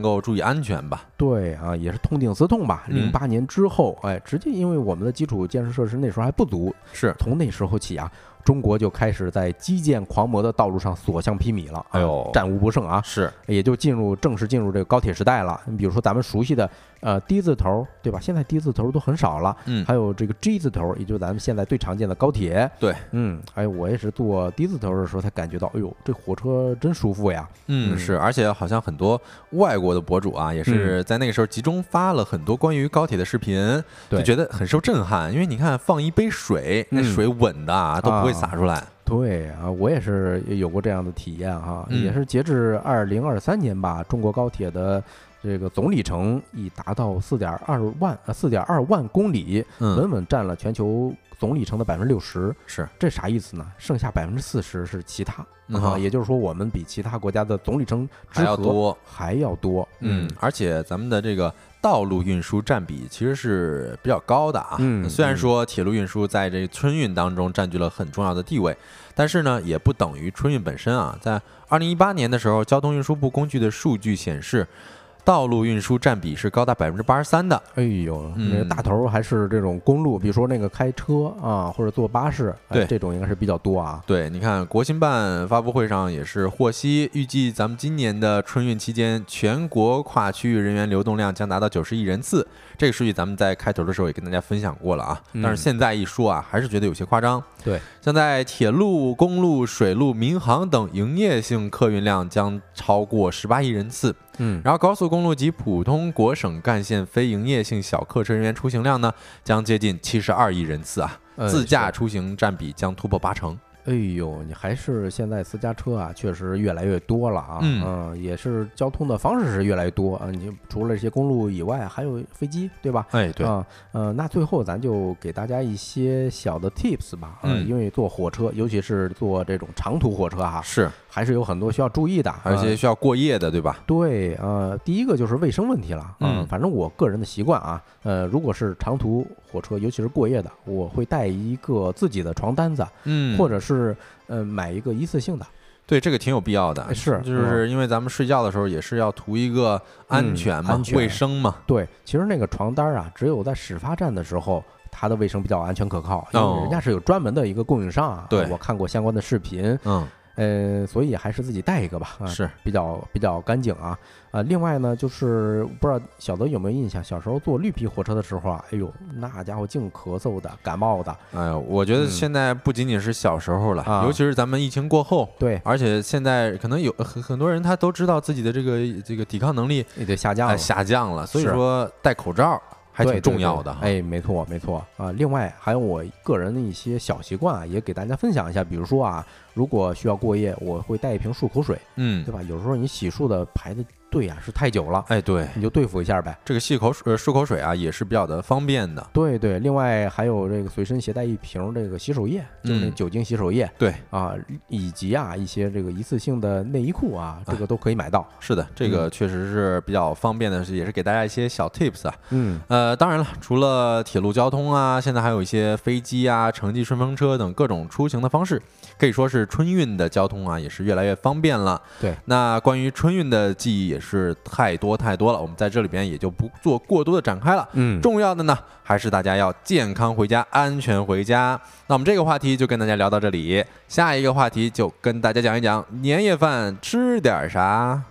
S1: 够注意安全吧。
S2: 对啊，也是痛定思痛吧。
S1: 嗯
S2: 零八年之后，哎，直接因为我们的基础建设设施那时候还不足，
S1: 是，
S2: 从那时候起啊，中国就开始在基建狂魔的道路上所向披靡了，啊
S1: 哎呦
S2: 战无不胜啊，
S1: 是，
S2: 也就进入正式进入这个高铁时代了。你比如说咱们熟悉的呃 D 字头，对吧？现在 D 字头都很少了，
S1: 嗯
S2: 还有这个 G 字头，也就是咱们现在最常见的高铁。
S1: 对，
S2: 嗯，哎，我也是坐 D 字头的时候才感觉到，哎呦，这火车真舒服呀。
S1: 嗯，
S2: 嗯
S1: 是，而且好像很多外国的博主啊，也是在那个时候集中发了很多关于高铁的视频，
S2: 对
S1: 就觉得很受震撼。因为你看，放一杯水，那
S2: 嗯
S1: 水稳的啊，都不会洒出来。
S2: 对啊，我也是有过这样的体验哈，
S1: 嗯
S2: 也是截至二零二三年吧，中国高铁的这个总里程已达到四点二万呃四点二万公里，
S1: 嗯，
S2: 稳稳占了全球总里程的百分之六十。
S1: 是，
S2: 这啥意思呢？剩下百分之四十是其他
S1: 嗯
S2: 啊，
S1: 哼
S2: 也就是说我们比其他国家的总里程之
S1: 还要
S2: 和
S1: 多，
S2: 还要多。
S1: 嗯，而且咱们的这个道路运输占比其实是比较高的啊。
S2: 嗯
S1: 虽然说铁路运输在这春运当中占据了很重要的地位，但是呢，也不等于春运本身啊。在二零一八年的时候，交通运输部工具的数据显示，道路运输占比是高达百分之八十三的。
S2: 哎呦，
S1: 嗯
S2: 那个大头还是这种公路，比如说那个开车啊，或者坐巴士，哎
S1: 对
S2: 这种应该是比较多啊。
S1: 对，你看国新办发布会上也是获悉，预计咱们今年的春运期间，全国跨区域人员流动量将达到九十亿人次。这个数据咱们在开头的时候也跟大家分享过了啊，
S2: 嗯
S1: 但是现在一说啊，还是觉得有些夸张。
S2: 对，
S1: 像在铁路、公路、水路、民航等营业性客运量将超过十八亿人次，
S2: 嗯，
S1: 然后高速公路及普通国省干线非营业性小客车人员出行量呢，将接近七十二亿人次啊，
S2: 呃
S1: 自驾出行占比将突破八成。
S2: 哎呦，你还是现在私家车啊，确实越来越多了啊。
S1: 嗯
S2: 也是交通的方式是越来越多啊。你除了这些公路以外，还有飞机，对吧？
S1: 哎，对，
S2: 啊，呃，那最后咱就给大家一些小的 tips 吧。呃
S1: 嗯
S2: 因为坐火车，尤其是坐这种长途火车哈、
S1: 是。
S2: 还是有很多需要注意的。
S1: 还有一些
S2: 啊呃
S1: 需要过夜的，对吧？
S2: 对，呃，第一个就是卫生问题了。呃
S1: 嗯
S2: 反正我个人的习惯啊，呃，如果是长途火车，尤其是过夜的，我会带一个自己的床单子，
S1: 嗯
S2: 或者是呃买一个一次性的。
S1: 对这个挺有必要的，
S2: 哎是嗯
S1: 就是因为咱们睡觉的时候也是要图一个安全嘛、
S2: 嗯安全
S1: 卫生嘛，
S2: 对，其实那个床单儿啊，只有在始发站的时候，它的卫生比较安全可靠，因
S1: 哦
S2: 为人家是有专门的一个供应商啊。
S1: 对
S2: 我看过相关的视频，
S1: 嗯，
S2: 呃，所以还是自己带一个吧，啊，
S1: 是，
S2: 比较比较干净啊。啊，另外呢，就是不知道小德有没有印象，小时候坐绿皮火车的时候啊，哎呦，那家伙净咳嗽的，感冒的，
S1: 哎呦，我觉得现在不仅仅是小时候了，
S2: 嗯啊
S1: 尤其是咱们疫情过后，
S2: 对，
S1: 而且现在可能有很很多人他都知道自己的这个这个抵抗能力
S2: 也得下降
S1: 哎
S2: 了。
S1: 下降了，所以
S2: 是
S1: 说戴口罩还挺
S2: 对对
S1: 重
S2: 对
S1: 要的哈，
S2: 哎，没错没错啊。另外还有我个人的一些小习惯啊，也给大家分享一下。比如说啊，如果需要过夜，我会带一瓶漱口水，
S1: 嗯
S2: 对，吧？有时候你洗漱的排的队啊是太久了，
S1: 哎，对，
S2: 你就对付一下呗。
S1: 这个漱口水呃漱口水啊也是比较的方便的，
S2: 对对，另外还有这个随身携带一瓶这个洗手液，就是那
S1: 嗯
S2: 酒精洗手液
S1: 对，
S2: 啊，以及啊一些这个一次性的内衣裤啊，这个都可以买到。
S1: 是的，这
S2: 嗯
S1: 个确实是比较方便的，是也是给大家一些小 tips 啊。
S2: 嗯，
S1: 呃，当然了，除了铁路交通啊，现在还有一些飞机啊、城际顺风车等各种出行的方式，可以说是春运的交通啊，也是越来越方便了。
S2: 对，
S1: 那关于春运的记忆也是太多太多了，我们在这里边也就不做过多的展开了。
S2: 嗯
S1: 重要的呢，还是大家要健康回家，安全回家。那我们这个话题就跟大家聊到这里，下一个话题就跟大家讲一讲年夜饭吃点啥。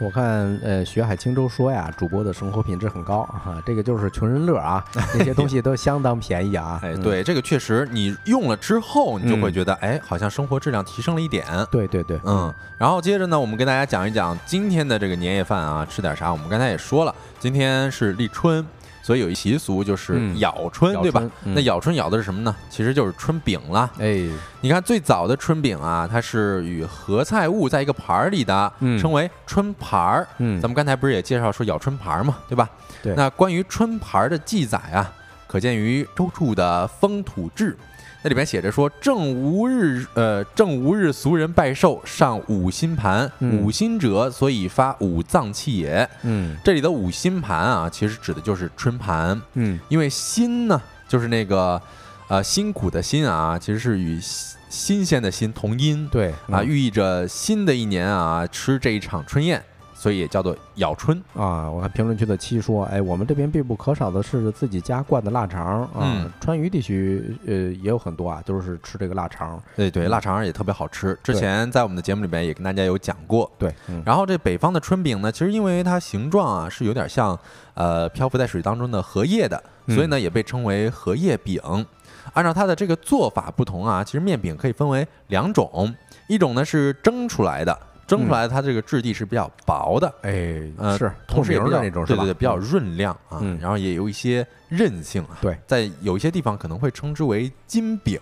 S2: 我看，呃，学海青州说呀，主播的生活品质很高啊，这个就是穷人乐啊，那些东西都相当便宜啊。
S1: 哎，
S2: 嗯
S1: 对，这个确实，你用了之后，你就会觉得，哎，好像生活质量提升了一点。
S2: 对对对，
S1: 嗯，然后接着呢，我们跟大家讲一讲今天的这个年夜饭啊，吃点啥？我们刚才也说了，今天是立春，所以有一习俗就是
S2: 嗯
S1: 咬春，
S2: 咬
S1: 对吧
S2: 春？嗯
S1: 那咬春咬的是什么呢？其实就是春饼啦。
S2: 哎，
S1: 你看最早的春饼啊，它是与合菜物在一个盘儿里的，
S2: 嗯
S1: 称为春盘儿。
S2: 嗯
S1: 咱们刚才不是也介绍说咬春盘儿嘛，对吧？
S2: 对
S1: 那关于春盘儿的记载啊，可见于周处的《风土志》，那里边写着说：“正吾日，呃，正吾日俗人拜寿，上五辛盘。
S2: 嗯
S1: 五辛者，所以发五脏器也。
S2: 嗯”
S1: 这里的五辛盘啊，其实指的就是春盘，
S2: 嗯
S1: 因为辛呢，就是那个呃辛苦的辛啊，其实是与新新鲜的新同音。
S2: 对
S1: 啊啊，寓意着新的一年啊，吃这一场春宴。所以也叫做咬春。
S2: 啊，我看评论区的七说，哎，我们这边必不可少的是自己家灌的腊肠啊，
S1: 嗯
S2: 川渝地区呃也有很多啊，都是吃这个腊肠。
S1: 对对，腊肠也特别好吃。之
S2: 对
S1: 前在我们的节目里面也跟大家有讲过。
S2: 对，嗯，
S1: 然后这北方的春饼呢，其实因为它形状啊是有点像呃漂浮在水当中的荷叶的，
S2: 嗯
S1: 所以呢也被称为荷叶饼。按照它的这个做法不同啊，其实面饼可以分为两种，一种呢是蒸出来的，蒸出来它这个质地是比较薄的，
S2: 哎，
S1: 呃，
S2: 是透
S1: 同时也
S2: 明
S1: 比
S2: 的
S1: 较
S2: 那种，
S1: 对
S2: 是吧？
S1: 对对，比较
S2: 嗯
S1: 润亮啊，
S2: 嗯
S1: 然后也有一些韧性啊。
S2: 对，
S1: 在有一些地方可能会称之为金饼，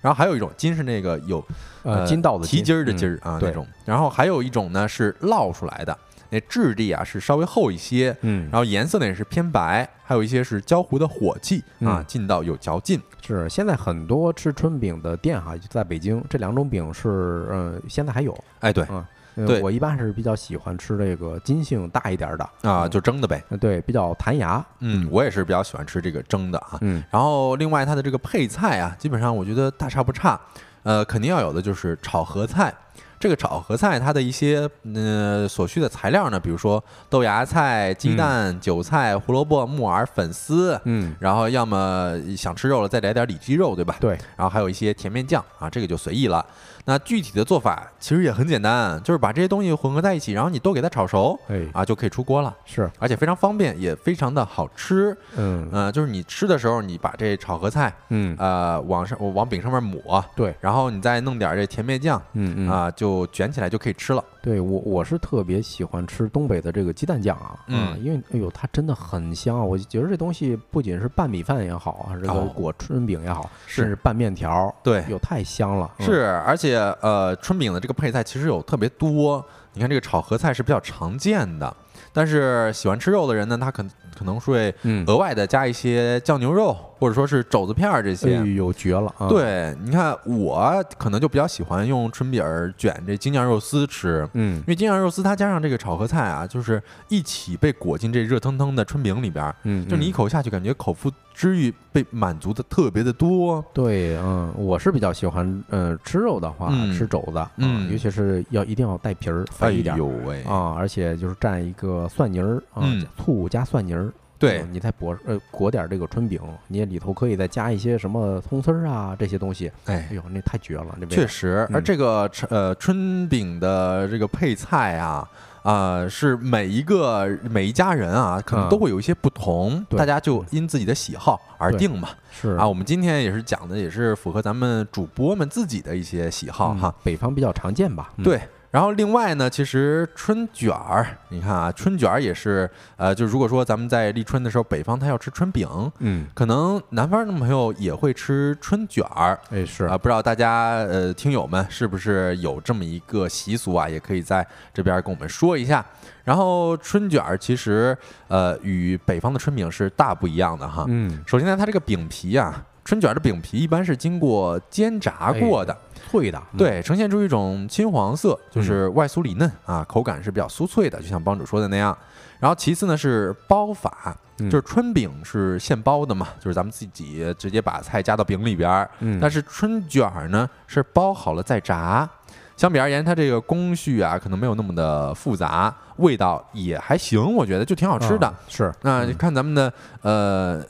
S1: 然后还有一种金是那个有
S2: 呃筋道的
S1: 蹄筋儿的筋
S2: 儿。
S1: 儿啊
S2: 对
S1: 那种，然后还有一种呢是烙出来的，那质地啊是稍微厚一些。
S2: 嗯，
S1: 然后颜色呢也是偏白，还有一些是焦糊的火气啊，
S2: 嗯
S1: 劲道有嚼劲。
S2: 是现在很多吃春饼的店哈，就在北京，这两种饼是呃现在还有。
S1: 哎，对
S2: 呃
S1: 对
S2: 我一般是比较喜欢吃这个筋性大一点儿的
S1: 啊，
S2: 嗯
S1: 就蒸的呗。
S2: 呃对，比较弹牙。
S1: 嗯，我也是比较喜欢吃这个蒸的啊。
S2: 嗯，
S1: 然后另外它的这个配菜啊，基本上我觉得大差不差。呃，肯定要有的就是炒合菜。这个炒合菜它的一些呃所需的材料呢，比如说豆芽菜、鸡蛋、韭菜、胡萝卜、木耳、粉丝。
S2: 嗯，
S1: 然后要么想吃肉了，再来点里脊肉，对吧？
S2: 对，
S1: 然后还有一些甜面酱啊，这个就随意了。那具体的做法其实也很简单，就是把这些东西混合在一起，然后你都给它炒熟
S2: 哎，
S1: 啊，就可以出锅了，
S2: 是，
S1: 而且非常方便，也非常的好吃。
S2: 嗯
S1: 呃，就是你吃的时候，你把这炒合菜
S2: 嗯，
S1: 呃往上往饼上面抹，
S2: 对，
S1: 然后你再弄点这甜面酱
S2: 嗯嗯，
S1: 啊，就卷起来就可以吃了。
S2: 对我我是特别喜欢吃东北的这个鸡蛋酱啊，
S1: 嗯
S2: 啊因为哎呦它真的很香啊！我觉得这东西不仅是拌米饭也好啊，这个
S1: 哦
S2: 裹春饼也好，
S1: 是
S2: 甚至拌面条儿，
S1: 对
S2: 有太香了。嗯，
S1: 是，而且呃，春饼的这个配菜其实有特别多。你看这个炒合菜是比较常见的，但是喜欢吃肉的人呢，他可可能会
S2: 嗯，
S1: 额外的加一些酱牛肉，或者说是肘子片儿这
S2: 哎
S1: 些。
S2: 呦绝了啊！，
S1: 对，你看我可能就比较喜欢用春饼儿卷这京酱肉丝吃，
S2: 嗯
S1: 因为京酱肉丝它加上这个炒合菜啊，就是一起被裹进这热腾腾的春饼里边儿，
S2: 嗯，
S1: 就你一
S2: 嗯
S1: 口下去，感觉口腹之欲被满足的特别的多。
S2: 对，嗯，我是比较喜欢，呃，吃肉的话
S1: 嗯
S2: 吃肘子啊，
S1: 嗯
S2: 尤其是要一定要带皮儿，肥一点儿
S1: 哎呦喂！
S2: 哎啊，而且就是蘸一个蒜泥儿啊
S1: 嗯，
S2: 醋加蒜泥儿，
S1: 对
S2: 嗯，你再裹呃裹点儿这个春饼，你也里头可以再加一些什么葱丝儿啊这些东西。
S1: 哎
S2: 哎，呦，那太绝了，那味
S1: 确
S2: 道。
S1: 实，而
S2: 嗯
S1: 这个春呃春饼的这个配菜啊，啊、是每一个每一家人啊，可能
S2: 嗯
S1: 都会有一些不同，
S2: 对
S1: 大家就因自己的喜好而
S2: 对
S1: 定嘛。
S2: 是
S1: 啊，，我们今天也是讲的也是符合咱们主播们自己的一些喜好
S2: 嗯
S1: 哈。，
S2: 北方比较常见吧？嗯，
S1: 对。然后另外呢，其实春卷儿，你看啊，春卷儿也是，呃，就如果说咱们在立春的时候，北方他要吃春饼，
S2: 嗯，
S1: 可能南方的朋友也会吃春卷儿。
S2: 哎是
S1: 啊、，不知道大家呃听友们是不是有这么一个习俗啊？也可以在这边跟我们说一下。然后春卷儿其实呃与北方的春饼是大不一样的哈。
S2: 嗯，
S1: 首先呢，它这个饼皮啊，春卷儿的饼皮一般是经过煎炸过的，
S2: 脆的，嗯，
S1: 对，呈现出一种金黄色，就是外酥里嫩啊，口感是比较酥脆的，就像帮主说的那样。然后其次呢是包法，
S2: 嗯
S1: 就是春饼是现包的嘛，就是咱们自己直接把菜夹到饼里边儿。
S2: 嗯，
S1: 但
S2: 是
S1: 是春卷儿呢是包好了再炸。相比而言，它这个工序啊可能没有那么的复杂，味道也还行，我觉得就挺好吃的。
S2: 啊是，
S1: 那你看咱们的呃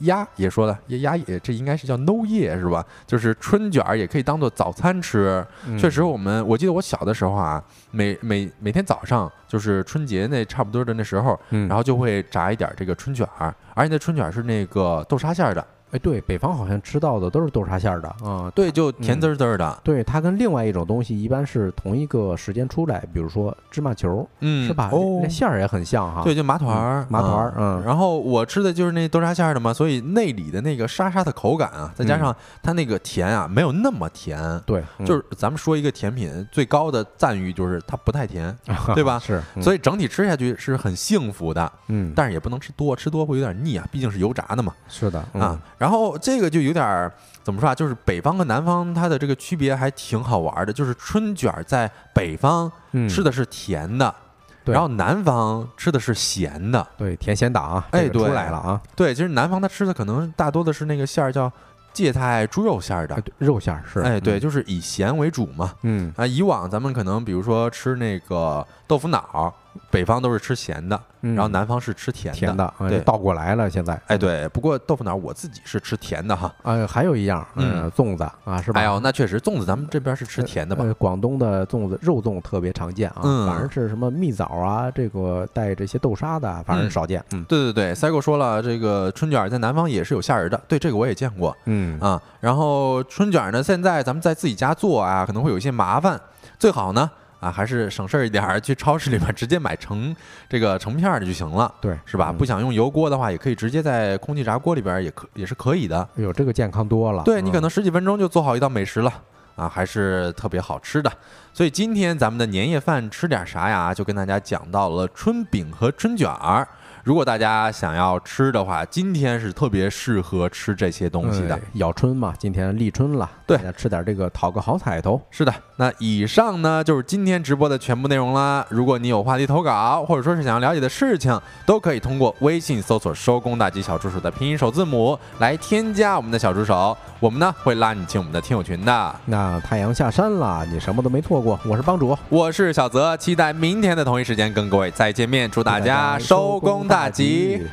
S1: 鸭也说了，鸭鸭也这应该是叫 no 叶是吧？就是春卷儿也可以当做早餐吃。
S2: 嗯
S1: 确实，我们我记得我小的时候啊，每每每天早上就是春节那差不多的那时候，
S2: 嗯，
S1: 然后就会炸一点儿这个春卷儿，而且那春卷儿是那个豆沙馅儿的，
S2: 哎对，北方好像吃到的都是豆沙馅儿的啊。
S1: 对，就甜滋滋儿的，
S2: 对，它跟另外一种东西一般是同一个时间出来，比如说芝麻球，
S1: 嗯，
S2: 是吧？
S1: 哦
S2: 那，馅儿也很像哈。
S1: 对，就麻团
S2: 嗯，
S1: 儿，
S2: 麻团儿
S1: 嗯，
S2: 嗯，
S1: 然后我吃的就是那豆沙馅儿的嘛，所以内里的那个沙沙的口感啊，再加上它那个甜啊，没有那么甜，
S2: 对，嗯
S1: 就是咱们说一个甜品最高的赞誉就是它不太甜，对吧
S2: 是，以
S1: 所以整体吃下去是很幸福的，
S2: 嗯，
S1: 但是也不能吃多，吃多会有点腻啊，毕竟是油炸的嘛
S2: 是的
S1: 啊，。然后这个就有点儿怎么说啊，就是北方和南方它的这个区别还挺好玩的，就是春卷儿在北方
S2: 嗯，
S1: 吃
S2: 的，
S1: 的是甜的，
S2: 对
S1: 然后南方吃的是咸的。
S2: 嗯对，甜咸党啊，
S1: 哎
S2: 这个出
S1: 对
S2: 来了啊，
S1: 对，其实南方他吃的可能大多的是那个馅儿叫芥菜猪肉馅儿
S2: 哎
S1: 的，
S2: 对肉馅儿是，
S1: 哎，对，，就是以咸为主嘛。
S2: 嗯，
S1: 啊，以往咱们可能比如说吃那个豆腐脑儿，北方都是吃咸的，
S2: 嗯
S1: 然后南方是吃甜的。
S2: 甜的，啊
S1: 对
S2: 倒过来了现在。
S1: 哎，对，不过豆腐脑我自己是吃甜的哈。
S2: 呃，还有一样，呃，粽子啊，是
S1: 嗯
S2: 吧？
S1: 哎呦，那确实，粽子咱们这边是吃甜的吧？
S2: 呃广东的粽子肉粽特别常见啊，
S1: 嗯
S2: 反而是什么蜜枣啊，这个带这些豆沙的啊，反而
S1: 嗯
S2: 少见。嗯
S1: 对对对，Cygo 说了，这个春卷在南方也是有馅儿的，对，这个我也见过
S2: 嗯
S1: 啊。然后春卷呢，现在咱们在自己家做啊，可能会有一些麻烦，最好呢啊还是省事儿一点儿，去超市里面直接买成这个成片儿的就行了，
S2: 对，
S1: 是吧？
S2: 嗯
S1: 不想用油锅的话，也可以直接在空气炸锅里边儿也可也是可以的。
S2: 哎呦，这个健康多了。
S1: 对你可
S2: 嗯
S1: 能十几分钟就做好一道美食了啊，还是特别好吃的。所以今天咱们的年夜饭吃点啥呀？就跟大家讲到了春饼和春卷儿。如果大家想要吃的话，今天是特别适合吃这些东西的
S2: 哎。咬春嘛，今天立春了，
S1: 对
S2: 大家吃点这个讨个好彩头。
S1: 是的，那以上呢就是今天直播的全部内容啦。如果你有话题投稿，或者说是想要了解的事情，都可以通过微信搜索“收工大吉小助手”的拼音首字母来添加我们的小助手，我们呢会拉你进我们的听友群的。
S2: 那太阳下山了，你什么都没错过。我是帮主，
S1: 我是小泽，期待明天的同一时间跟各位再见面，祝大家收工大吉。
S2: 大吉